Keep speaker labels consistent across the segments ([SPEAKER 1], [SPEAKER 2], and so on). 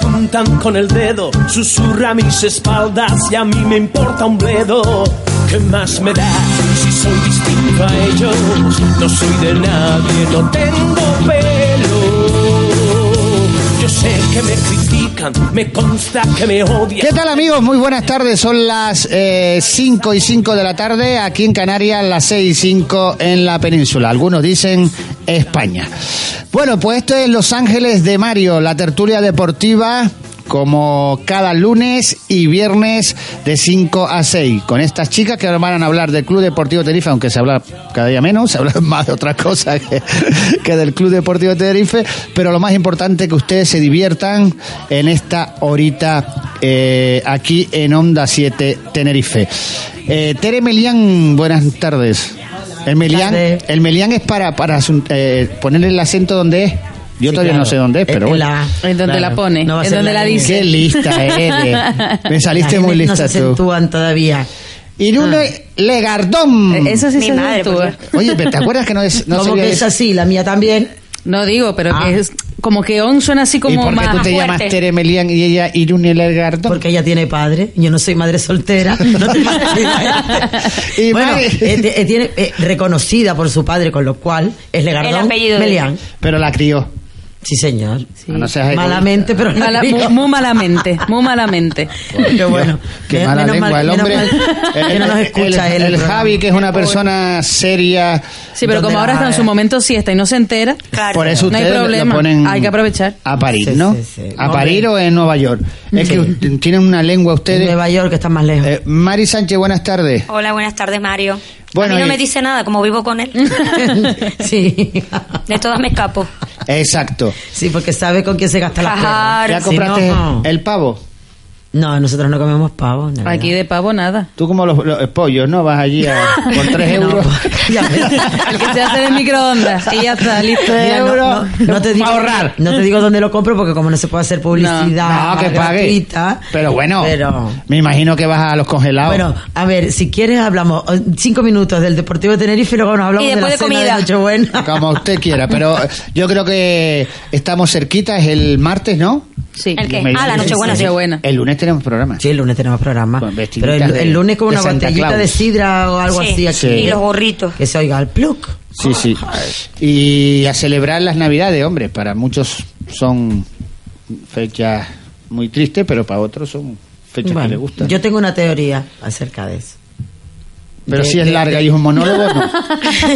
[SPEAKER 1] señalan con el dedo, susurra mis espaldas y a mí me importa un bledo. ¿Qué más me da si soy distinto a ellos? No soy de nadie, no tengo pelo. Yo sé que me critican, me consta que me odian.
[SPEAKER 2] ¿Qué tal amigos? Muy buenas tardes. Son las 5 y 5 de la tarde aquí en Canarias, las 6 y 5 en la península. Algunos dicen España. Bueno, pues esto es Los Ángeles de Mario, la tertulia deportiva como cada lunes y viernes de 5 a 6 con estas chicas que ahora van a hablar del Club Deportivo Tenerife, aunque se habla cada día menos, se habla más de otras cosas que, que del Club Deportivo Tenerife, pero lo más importante que ustedes se diviertan en esta horita eh, aquí en Onda 7 Tenerife. Eh, Tere Melián, buenas tardes. El Melián,
[SPEAKER 3] Tardes.
[SPEAKER 2] el Melián es para, para asun- eh, ponerle el acento donde es. Yo todavía no sé dónde es, pero bueno.
[SPEAKER 4] En donde la pone, en donde la dice.
[SPEAKER 2] Qué lista eres. Me saliste muy lista
[SPEAKER 3] no se
[SPEAKER 2] tú.
[SPEAKER 3] acentúan todavía.
[SPEAKER 2] Irune
[SPEAKER 3] Eh,
[SPEAKER 2] Legardón.
[SPEAKER 4] Eso sí
[SPEAKER 5] Mi
[SPEAKER 4] se
[SPEAKER 5] madre,
[SPEAKER 4] acentúa.
[SPEAKER 5] por Dios.
[SPEAKER 2] Oye, pero ¿te acuerdas que no es no
[SPEAKER 3] Como
[SPEAKER 2] sabía
[SPEAKER 3] que
[SPEAKER 2] eso?
[SPEAKER 3] es así, la mía también.
[SPEAKER 4] No digo, pero
[SPEAKER 3] Ah.
[SPEAKER 4] que es como que on suena así
[SPEAKER 2] ¿Y
[SPEAKER 4] como
[SPEAKER 2] por qué
[SPEAKER 4] más
[SPEAKER 2] tú te
[SPEAKER 4] fuerte.
[SPEAKER 2] llamas Tere Melian y ella Irune Legardón?
[SPEAKER 3] Porque ella tiene padre, yo no soy madre soltera. no te imaginas.
[SPEAKER 2] Y
[SPEAKER 3] bueno,
[SPEAKER 2] madre-
[SPEAKER 3] eh, te- eh, tiene, eh, reconocida por su padre, con lo cual es Legardón
[SPEAKER 5] El apellido de-
[SPEAKER 3] Melián.
[SPEAKER 2] Pero la crió.
[SPEAKER 3] Sí, señor.
[SPEAKER 2] Ah, No, no seas egoísta.
[SPEAKER 3] Malamente, pero la
[SPEAKER 4] Mala-
[SPEAKER 3] digo.
[SPEAKER 4] muy, muy malamente, muy malamente.
[SPEAKER 3] Pero bueno,
[SPEAKER 2] Qué
[SPEAKER 3] me-
[SPEAKER 2] mala
[SPEAKER 3] menos
[SPEAKER 2] lengua
[SPEAKER 3] mal-
[SPEAKER 2] el
[SPEAKER 3] menos
[SPEAKER 2] hombre.
[SPEAKER 3] mal que
[SPEAKER 2] el-
[SPEAKER 3] no nos
[SPEAKER 2] el-
[SPEAKER 3] escucha
[SPEAKER 2] el,
[SPEAKER 3] él.
[SPEAKER 2] el
[SPEAKER 3] programa.
[SPEAKER 2] Javi, que es una persona seria. eh.
[SPEAKER 4] Sí, pero
[SPEAKER 3] ¿Dónde
[SPEAKER 4] como
[SPEAKER 3] la
[SPEAKER 4] ahora está en
[SPEAKER 3] vas a
[SPEAKER 4] su
[SPEAKER 3] ver?
[SPEAKER 4] momento siesta y no se entera,
[SPEAKER 5] Claro.
[SPEAKER 2] Por eso
[SPEAKER 4] No hay
[SPEAKER 2] ustedes lo- lo
[SPEAKER 4] problema.
[SPEAKER 2] ponen
[SPEAKER 4] Hay que aprovechar.
[SPEAKER 2] A París,
[SPEAKER 3] Sí,
[SPEAKER 2] ¿no?
[SPEAKER 3] sí, sí.
[SPEAKER 2] A
[SPEAKER 3] Hombre.
[SPEAKER 2] París o en Nueva York. Es
[SPEAKER 3] Sí.
[SPEAKER 2] que tienen una lengua
[SPEAKER 3] En
[SPEAKER 2] ustedes.
[SPEAKER 3] Nueva York, que está más lejos.
[SPEAKER 2] Eh, Mari Sánchez, buenas tardes.
[SPEAKER 5] Hola, buenas tardes, Mario.
[SPEAKER 2] Bueno,
[SPEAKER 5] a mí no
[SPEAKER 2] y-
[SPEAKER 5] me dice nada, como vivo con él. De
[SPEAKER 3] sí.
[SPEAKER 5] todas me escapo.
[SPEAKER 2] Exacto.
[SPEAKER 3] sí, porque sabe con quién se gasta la
[SPEAKER 5] Claro.
[SPEAKER 2] ¿Ya
[SPEAKER 3] Si
[SPEAKER 2] compraste
[SPEAKER 3] no, no.
[SPEAKER 2] el pavo?
[SPEAKER 3] No, nosotros no comemos pavo. en Navidad.
[SPEAKER 4] aquí de pavo nada.
[SPEAKER 2] Tú como los, los pollos, ¿no? Vas allí a- con 3
[SPEAKER 3] No,
[SPEAKER 2] euros.
[SPEAKER 3] ya me-
[SPEAKER 4] El que se hace de microondas y ya está, listo.
[SPEAKER 3] Mira, no,
[SPEAKER 2] euros
[SPEAKER 3] no, no te digo,
[SPEAKER 2] para ahorrar.
[SPEAKER 3] No te digo dónde lo compro porque como no se puede hacer publicidad
[SPEAKER 2] No, que pague.
[SPEAKER 3] gratuita,
[SPEAKER 2] Pero bueno,
[SPEAKER 3] Pero
[SPEAKER 2] me imagino que vas a los congelados.
[SPEAKER 3] bueno, a ver, si quieres hablamos eh, cinco minutos del Deportivo de Tenerife y luego nos hablamos
[SPEAKER 5] Y
[SPEAKER 3] de la
[SPEAKER 5] después de
[SPEAKER 3] cena
[SPEAKER 5] comida.
[SPEAKER 3] de Nochebuena.
[SPEAKER 2] Como usted quiera, pero eh, yo creo que estamos cerquita, es el martes, ¿no?
[SPEAKER 4] Sí.
[SPEAKER 5] ¿El qué?
[SPEAKER 2] Me-
[SPEAKER 5] Ah, la Nochebuena, sí.
[SPEAKER 4] Nochebuena.
[SPEAKER 2] El lunes tenemos programa.
[SPEAKER 3] Sí, el lunes tenemos programa.
[SPEAKER 2] Con vestiditas
[SPEAKER 3] Pero el,
[SPEAKER 2] de-
[SPEAKER 3] el lunes con
[SPEAKER 2] de
[SPEAKER 3] una
[SPEAKER 2] Santa
[SPEAKER 3] botellita
[SPEAKER 2] Claus.
[SPEAKER 3] de sidra o algo
[SPEAKER 5] Sí,
[SPEAKER 3] así aquí.
[SPEAKER 2] Sí.
[SPEAKER 5] Y los gorritos.
[SPEAKER 3] Que se oiga el pluk.
[SPEAKER 2] Sí, sí. Y a celebrar las Navidades, hombre, para muchos son fechas muy tristes, pero para otros son fechas que
[SPEAKER 3] Bueno,
[SPEAKER 2] les gustan.
[SPEAKER 3] Yo tengo una teoría acerca de eso.
[SPEAKER 2] pero
[SPEAKER 3] de-
[SPEAKER 2] si es
[SPEAKER 3] de-
[SPEAKER 2] larga y es un monólogo, no.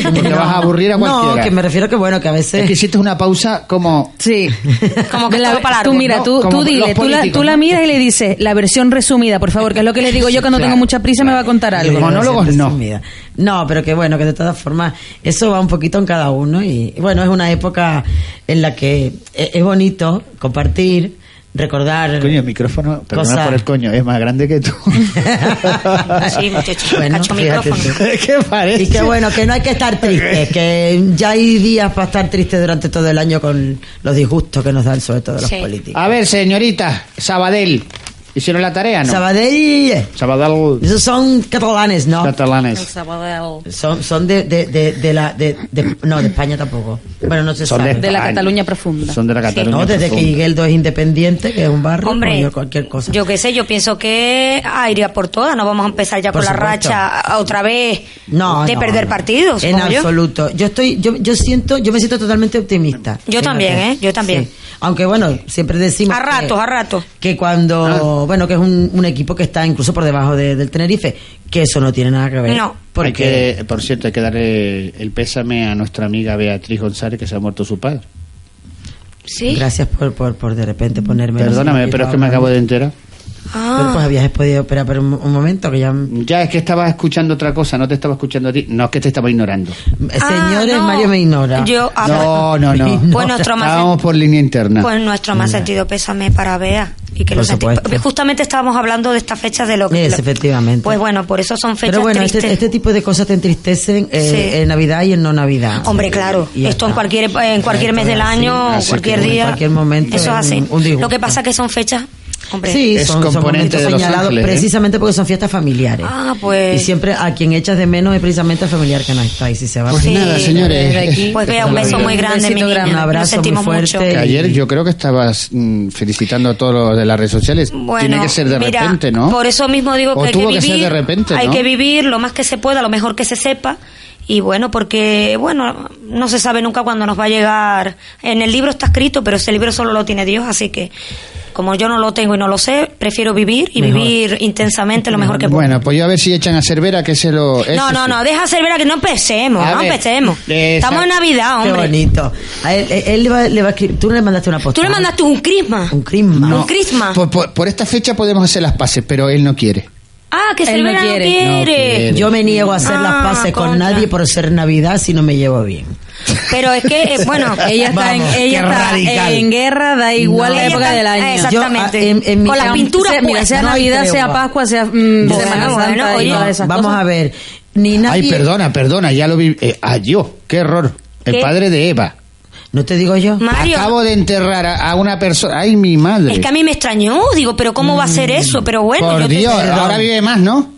[SPEAKER 2] Porque
[SPEAKER 3] No,
[SPEAKER 2] vas a aburrir a cualquiera.
[SPEAKER 3] No, que me refiero que bueno, que a veces...
[SPEAKER 2] Es que hiciste una pausa como...
[SPEAKER 4] Sí.
[SPEAKER 5] Como que
[SPEAKER 4] La-
[SPEAKER 5] todo para largo,
[SPEAKER 4] tú mira,
[SPEAKER 2] ¿no?
[SPEAKER 4] tú,
[SPEAKER 2] Como
[SPEAKER 4] tú dile,
[SPEAKER 2] los
[SPEAKER 4] tú la,
[SPEAKER 2] políticos,
[SPEAKER 4] tú la
[SPEAKER 2] ¿no?
[SPEAKER 4] miras y le dices la versión resumida, por favor, que es lo que les digo yo cuando
[SPEAKER 2] Claro,
[SPEAKER 4] tengo mucha prisa me va a contar algo.
[SPEAKER 2] Los monólogos no.
[SPEAKER 3] Resumida. No, pero que bueno, que de todas formas eso va un poquito en cada uno y bueno, es una época en la que e- es bonito compartir, recordar.
[SPEAKER 2] Coño, el micrófono, perdona
[SPEAKER 3] Cosa.
[SPEAKER 2] por el coño, es más grande que tú.
[SPEAKER 5] Sí, muchacho,
[SPEAKER 3] Ah, Bueno,
[SPEAKER 5] cacho
[SPEAKER 3] fíjate
[SPEAKER 5] micrófono.
[SPEAKER 3] tú.
[SPEAKER 2] ¿Qué parece?
[SPEAKER 3] Y que bueno, que no hay que estar triste, que ya hay días para estar triste durante todo el año con los disgustos que nos dan sobre todo los
[SPEAKER 5] Sí.
[SPEAKER 3] políticos.
[SPEAKER 2] A ver, señorita, Sabadell, ¿hicieron la tarea, no?
[SPEAKER 3] Sabadell,
[SPEAKER 2] Sabadell,
[SPEAKER 3] esos son catalanes, ¿no?
[SPEAKER 2] catalanes.
[SPEAKER 3] Son, son de, de, de, de la de, de- no de España tampoco. Bueno, no se sabe.
[SPEAKER 4] De la
[SPEAKER 2] España.
[SPEAKER 4] Cataluña profunda.
[SPEAKER 2] Son de la Cataluña
[SPEAKER 3] No, desde que
[SPEAKER 2] profunda.
[SPEAKER 3] Higueldo es independiente, que es un barrio,
[SPEAKER 5] Hombre,
[SPEAKER 3] coño, cualquier cosa.
[SPEAKER 5] yo qué sé, yo pienso que ah, iría por todas. No vamos a empezar ya
[SPEAKER 3] Por
[SPEAKER 5] con la
[SPEAKER 3] supuesto.
[SPEAKER 5] racha ah, otra vez
[SPEAKER 3] no,
[SPEAKER 5] de
[SPEAKER 3] no,
[SPEAKER 5] perder
[SPEAKER 3] no.
[SPEAKER 5] partidos.
[SPEAKER 3] En
[SPEAKER 5] como yo.
[SPEAKER 3] absoluto. Yo. estoy, yo, yo siento, yo me siento totalmente optimista.
[SPEAKER 5] Yo también, ¿eh? Yo también.
[SPEAKER 3] Aunque bueno, siempre decimos.
[SPEAKER 5] A ratos,
[SPEAKER 3] que-
[SPEAKER 5] a ratos.
[SPEAKER 3] Que cuando,
[SPEAKER 2] Ah.
[SPEAKER 3] bueno, que es un, un equipo que está incluso por debajo de- del Tenerife, que eso no tiene nada que ver.
[SPEAKER 5] No.
[SPEAKER 2] Hay
[SPEAKER 3] Porque.
[SPEAKER 2] que, por cierto, hay que darle el pésame a nuestra amiga Beatriz González, que se ha muerto su padre.
[SPEAKER 5] Sí.
[SPEAKER 3] Gracias por, por, por de repente ponerme.
[SPEAKER 2] Perdóname, pero es que me acabo de enterar.
[SPEAKER 3] Pero, pues
[SPEAKER 5] Ah,
[SPEAKER 3] habías podido esperar pero un, un momento que ya.
[SPEAKER 2] Ya es que estaba escuchando otra cosa, no te estaba escuchando a ti. No, es que te estaba ignorando.
[SPEAKER 5] Ah,
[SPEAKER 3] Señores,
[SPEAKER 5] no.
[SPEAKER 3] Mario me ignora.
[SPEAKER 5] Yo, ah,
[SPEAKER 2] No, no, no.
[SPEAKER 5] Pues nuestro más-
[SPEAKER 2] Estábamos por línea interna.
[SPEAKER 5] Pues nuestro más sentido pésame para Bea. Y que
[SPEAKER 3] Por
[SPEAKER 5] lo senti-
[SPEAKER 3] supuesto.
[SPEAKER 5] Justamente estábamos hablando de estas fechas de lo que.
[SPEAKER 3] Es,
[SPEAKER 5] lo-
[SPEAKER 3] efectivamente.
[SPEAKER 5] Pues bueno, por eso son fechas
[SPEAKER 3] Pero bueno,
[SPEAKER 5] tristes.
[SPEAKER 3] este, este tipo de cosas te entristecen eh,
[SPEAKER 5] Sí.
[SPEAKER 3] en Navidad y en no Navidad.
[SPEAKER 5] Hombre, claro.
[SPEAKER 3] este- Y ya
[SPEAKER 5] esto en
[SPEAKER 3] está.
[SPEAKER 5] cualquier en cualquier
[SPEAKER 3] Esto
[SPEAKER 5] mes
[SPEAKER 3] es
[SPEAKER 5] del
[SPEAKER 3] así.
[SPEAKER 5] año,
[SPEAKER 2] Así
[SPEAKER 5] cualquier
[SPEAKER 2] que
[SPEAKER 3] en
[SPEAKER 5] día,
[SPEAKER 3] cualquier momento
[SPEAKER 5] Eso es
[SPEAKER 3] es un-
[SPEAKER 5] así.
[SPEAKER 3] un disgusto.
[SPEAKER 5] Lo que pasa es que son fechas Hombre.
[SPEAKER 3] Sí,
[SPEAKER 2] Es
[SPEAKER 3] son, son
[SPEAKER 2] componente
[SPEAKER 3] momentos
[SPEAKER 2] de Los
[SPEAKER 3] señalados
[SPEAKER 2] Ángeles, ¿eh?
[SPEAKER 3] precisamente porque son fiestas familiares.
[SPEAKER 5] Ah, pues.
[SPEAKER 3] Y siempre a quien echas de menos es precisamente al familiar que no está y si se va.
[SPEAKER 2] Pues
[SPEAKER 5] Sí,
[SPEAKER 2] nada, señores.
[SPEAKER 6] desde aquí.
[SPEAKER 5] Pues vea, un
[SPEAKER 2] Toda la
[SPEAKER 5] beso
[SPEAKER 2] vida.
[SPEAKER 5] muy grande, mi
[SPEAKER 4] besito grande,
[SPEAKER 5] niña.
[SPEAKER 4] un
[SPEAKER 5] Nos
[SPEAKER 3] abrazo muy
[SPEAKER 5] sentimos mucho.
[SPEAKER 3] fuerte.
[SPEAKER 2] Que ayer yo creo que estabas mm, felicitando a todos los de las redes sociales.
[SPEAKER 5] Bueno,
[SPEAKER 2] Tiene que ser de
[SPEAKER 5] mira,
[SPEAKER 2] repente, ¿no?
[SPEAKER 5] Por eso mismo digo que
[SPEAKER 2] O
[SPEAKER 5] hay
[SPEAKER 2] tuvo
[SPEAKER 5] que
[SPEAKER 2] que
[SPEAKER 5] vivir,
[SPEAKER 2] ser de repente,
[SPEAKER 5] hay
[SPEAKER 2] ¿no?
[SPEAKER 5] que vivir lo más que se pueda, lo mejor que se sepa. Y bueno, porque bueno, no se sabe nunca cuándo nos va a llegar. En el libro está escrito, pero ese libro solo lo tiene Dios, así que como yo no lo tengo y no lo sé, prefiero vivir y vivir intensamente lo mejor que pueda.
[SPEAKER 2] Bueno, pues yo a ver si echan a Cervera que se lo... ese
[SPEAKER 5] no, no,
[SPEAKER 2] sí.
[SPEAKER 5] no, deja ser ver que no empecemos,
[SPEAKER 2] A
[SPEAKER 5] no
[SPEAKER 2] ver, eh,
[SPEAKER 5] empecemos.
[SPEAKER 2] esa-
[SPEAKER 5] Estamos en Navidad,
[SPEAKER 3] Qué
[SPEAKER 5] hombre.
[SPEAKER 3] bonito. A él, eh, él- él le va, le va a escribir. Tú le mandaste una postal.
[SPEAKER 5] Tú le mandaste un crisma.
[SPEAKER 3] un crisma.
[SPEAKER 5] un crisma.
[SPEAKER 2] Por, por- por esta fecha podemos hacer las paces, pero él no quiere.
[SPEAKER 5] Ah, que
[SPEAKER 4] Él no
[SPEAKER 5] Cervera no
[SPEAKER 4] quiere.
[SPEAKER 5] quiere.
[SPEAKER 2] No quiere.
[SPEAKER 3] Yo me niego a hacer
[SPEAKER 5] Ah,
[SPEAKER 3] las paces con
[SPEAKER 5] contra.
[SPEAKER 3] nadie por ser Navidad si no me llevo bien.
[SPEAKER 5] Pero es que, eh, bueno,
[SPEAKER 4] Ella está,
[SPEAKER 3] Vamos,
[SPEAKER 4] en, ella
[SPEAKER 3] qué
[SPEAKER 4] está
[SPEAKER 3] radical.
[SPEAKER 4] en guerra, da igual la
[SPEAKER 5] Ella
[SPEAKER 4] época
[SPEAKER 5] está-
[SPEAKER 4] del año.
[SPEAKER 5] Exacto. Exactamente.
[SPEAKER 3] Yo, a- en- en mi-
[SPEAKER 5] Con la
[SPEAKER 4] Sea-
[SPEAKER 5] pintura
[SPEAKER 4] sea- mira,
[SPEAKER 5] puesta,
[SPEAKER 4] sea
[SPEAKER 3] pues. no hay
[SPEAKER 4] Navidad, sea
[SPEAKER 3] tregua.
[SPEAKER 4] Pascua, sea mm,
[SPEAKER 5] Bueno,
[SPEAKER 4] Semana
[SPEAKER 5] Ah, bueno,
[SPEAKER 4] Santa y
[SPEAKER 5] oye,
[SPEAKER 4] todas esas
[SPEAKER 3] Vamos
[SPEAKER 4] cosas.
[SPEAKER 3] a ver. Ni nadie.
[SPEAKER 2] Ay, perdona, perdona, ya lo vi... eh, ay, yo, qué error. El
[SPEAKER 5] ¿Qué?
[SPEAKER 2] padre de Eva.
[SPEAKER 3] No te digo yo.
[SPEAKER 5] Mario,
[SPEAKER 2] Acabo de enterrar a, a una persona... Ay, mi madre.
[SPEAKER 5] es que a mí me extrañó, Uh, digo, pero ¿cómo va a ser eso? Pero bueno,
[SPEAKER 2] Mm. por
[SPEAKER 5] yo te-
[SPEAKER 2] Dios, ahora vive más, ¿no?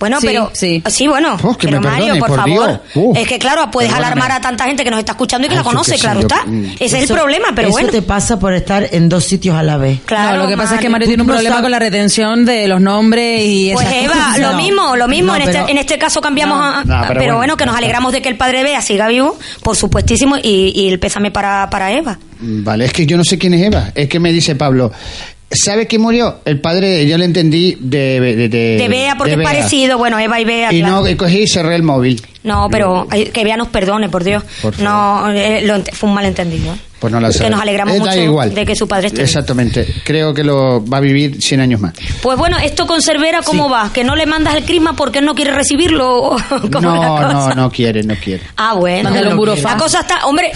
[SPEAKER 5] Bueno,
[SPEAKER 4] Sí,
[SPEAKER 5] pero
[SPEAKER 4] sí.
[SPEAKER 5] bueno,
[SPEAKER 2] Oh, que
[SPEAKER 5] pero
[SPEAKER 2] me
[SPEAKER 5] Mario,
[SPEAKER 2] perdone,
[SPEAKER 5] por,
[SPEAKER 2] por
[SPEAKER 5] favor,
[SPEAKER 2] Dios. Uf,
[SPEAKER 5] es que claro, puedes
[SPEAKER 2] perdóname.
[SPEAKER 5] alarmar a tanta gente que nos está escuchando y que
[SPEAKER 2] Ay,
[SPEAKER 5] la
[SPEAKER 2] yo
[SPEAKER 5] conoce,
[SPEAKER 2] qué sé,
[SPEAKER 5] claro
[SPEAKER 2] yo-
[SPEAKER 5] está.
[SPEAKER 2] mm.
[SPEAKER 5] Ese es el
[SPEAKER 3] Eso-
[SPEAKER 5] problema, pero
[SPEAKER 3] eso
[SPEAKER 5] bueno.
[SPEAKER 3] te pasa por estar en dos sitios a la vez.
[SPEAKER 5] Claro,
[SPEAKER 4] no, lo que pasa es que Mario
[SPEAKER 3] tú
[SPEAKER 4] tiene un
[SPEAKER 3] no
[SPEAKER 4] problema
[SPEAKER 3] sabes-
[SPEAKER 4] con la retención de los nombres y
[SPEAKER 5] Pues
[SPEAKER 4] esas
[SPEAKER 5] Eva,
[SPEAKER 4] cosas.
[SPEAKER 5] lo
[SPEAKER 4] No.
[SPEAKER 5] mismo, lo mismo.
[SPEAKER 3] No,
[SPEAKER 5] en, este,
[SPEAKER 3] pero-
[SPEAKER 5] en este caso cambiamos a.
[SPEAKER 2] No,
[SPEAKER 5] pero,
[SPEAKER 2] pero
[SPEAKER 5] bueno,
[SPEAKER 2] bueno,
[SPEAKER 5] que nos
[SPEAKER 2] ya está.
[SPEAKER 5] alegramos de que el padre Bea siga vivo, por supuestísimo, y, y el pésame para, para Eva.
[SPEAKER 2] Vale, es que yo no sé quién es Eva. Es que me dice Pablo, ¿sabe quién murió? El padre, yo le entendí de... De, de,
[SPEAKER 5] de Bea, porque
[SPEAKER 2] Eh, de
[SPEAKER 5] es parecido, bueno, Eva y Bea.
[SPEAKER 2] Y
[SPEAKER 5] claro.
[SPEAKER 2] no, y cogí y cerré el móvil.
[SPEAKER 5] No, pero ay, que Bea nos perdone, por Dios.
[SPEAKER 2] Por favor.
[SPEAKER 5] no, eh, lo ent- fue un malentendido. ¿eh?
[SPEAKER 2] Pues no la
[SPEAKER 5] Que
[SPEAKER 2] sabe.
[SPEAKER 5] nos alegramos
[SPEAKER 2] Eh, da
[SPEAKER 5] mucho
[SPEAKER 2] igual.
[SPEAKER 5] de que su padre esté. vivo.
[SPEAKER 2] Exactamente. Creo que lo va a vivir 100 años más.
[SPEAKER 5] Pues bueno, esto con Cervera, ¿cómo va? ¿Que no le mandas el crisma porque él no quiere recibirlo? ¿O
[SPEAKER 2] No,
[SPEAKER 5] cómo es la cosa?
[SPEAKER 2] no, no quiere, no quiere.
[SPEAKER 5] Ah, bueno.
[SPEAKER 4] Mándale un burofax.
[SPEAKER 5] La cosa está, hombre,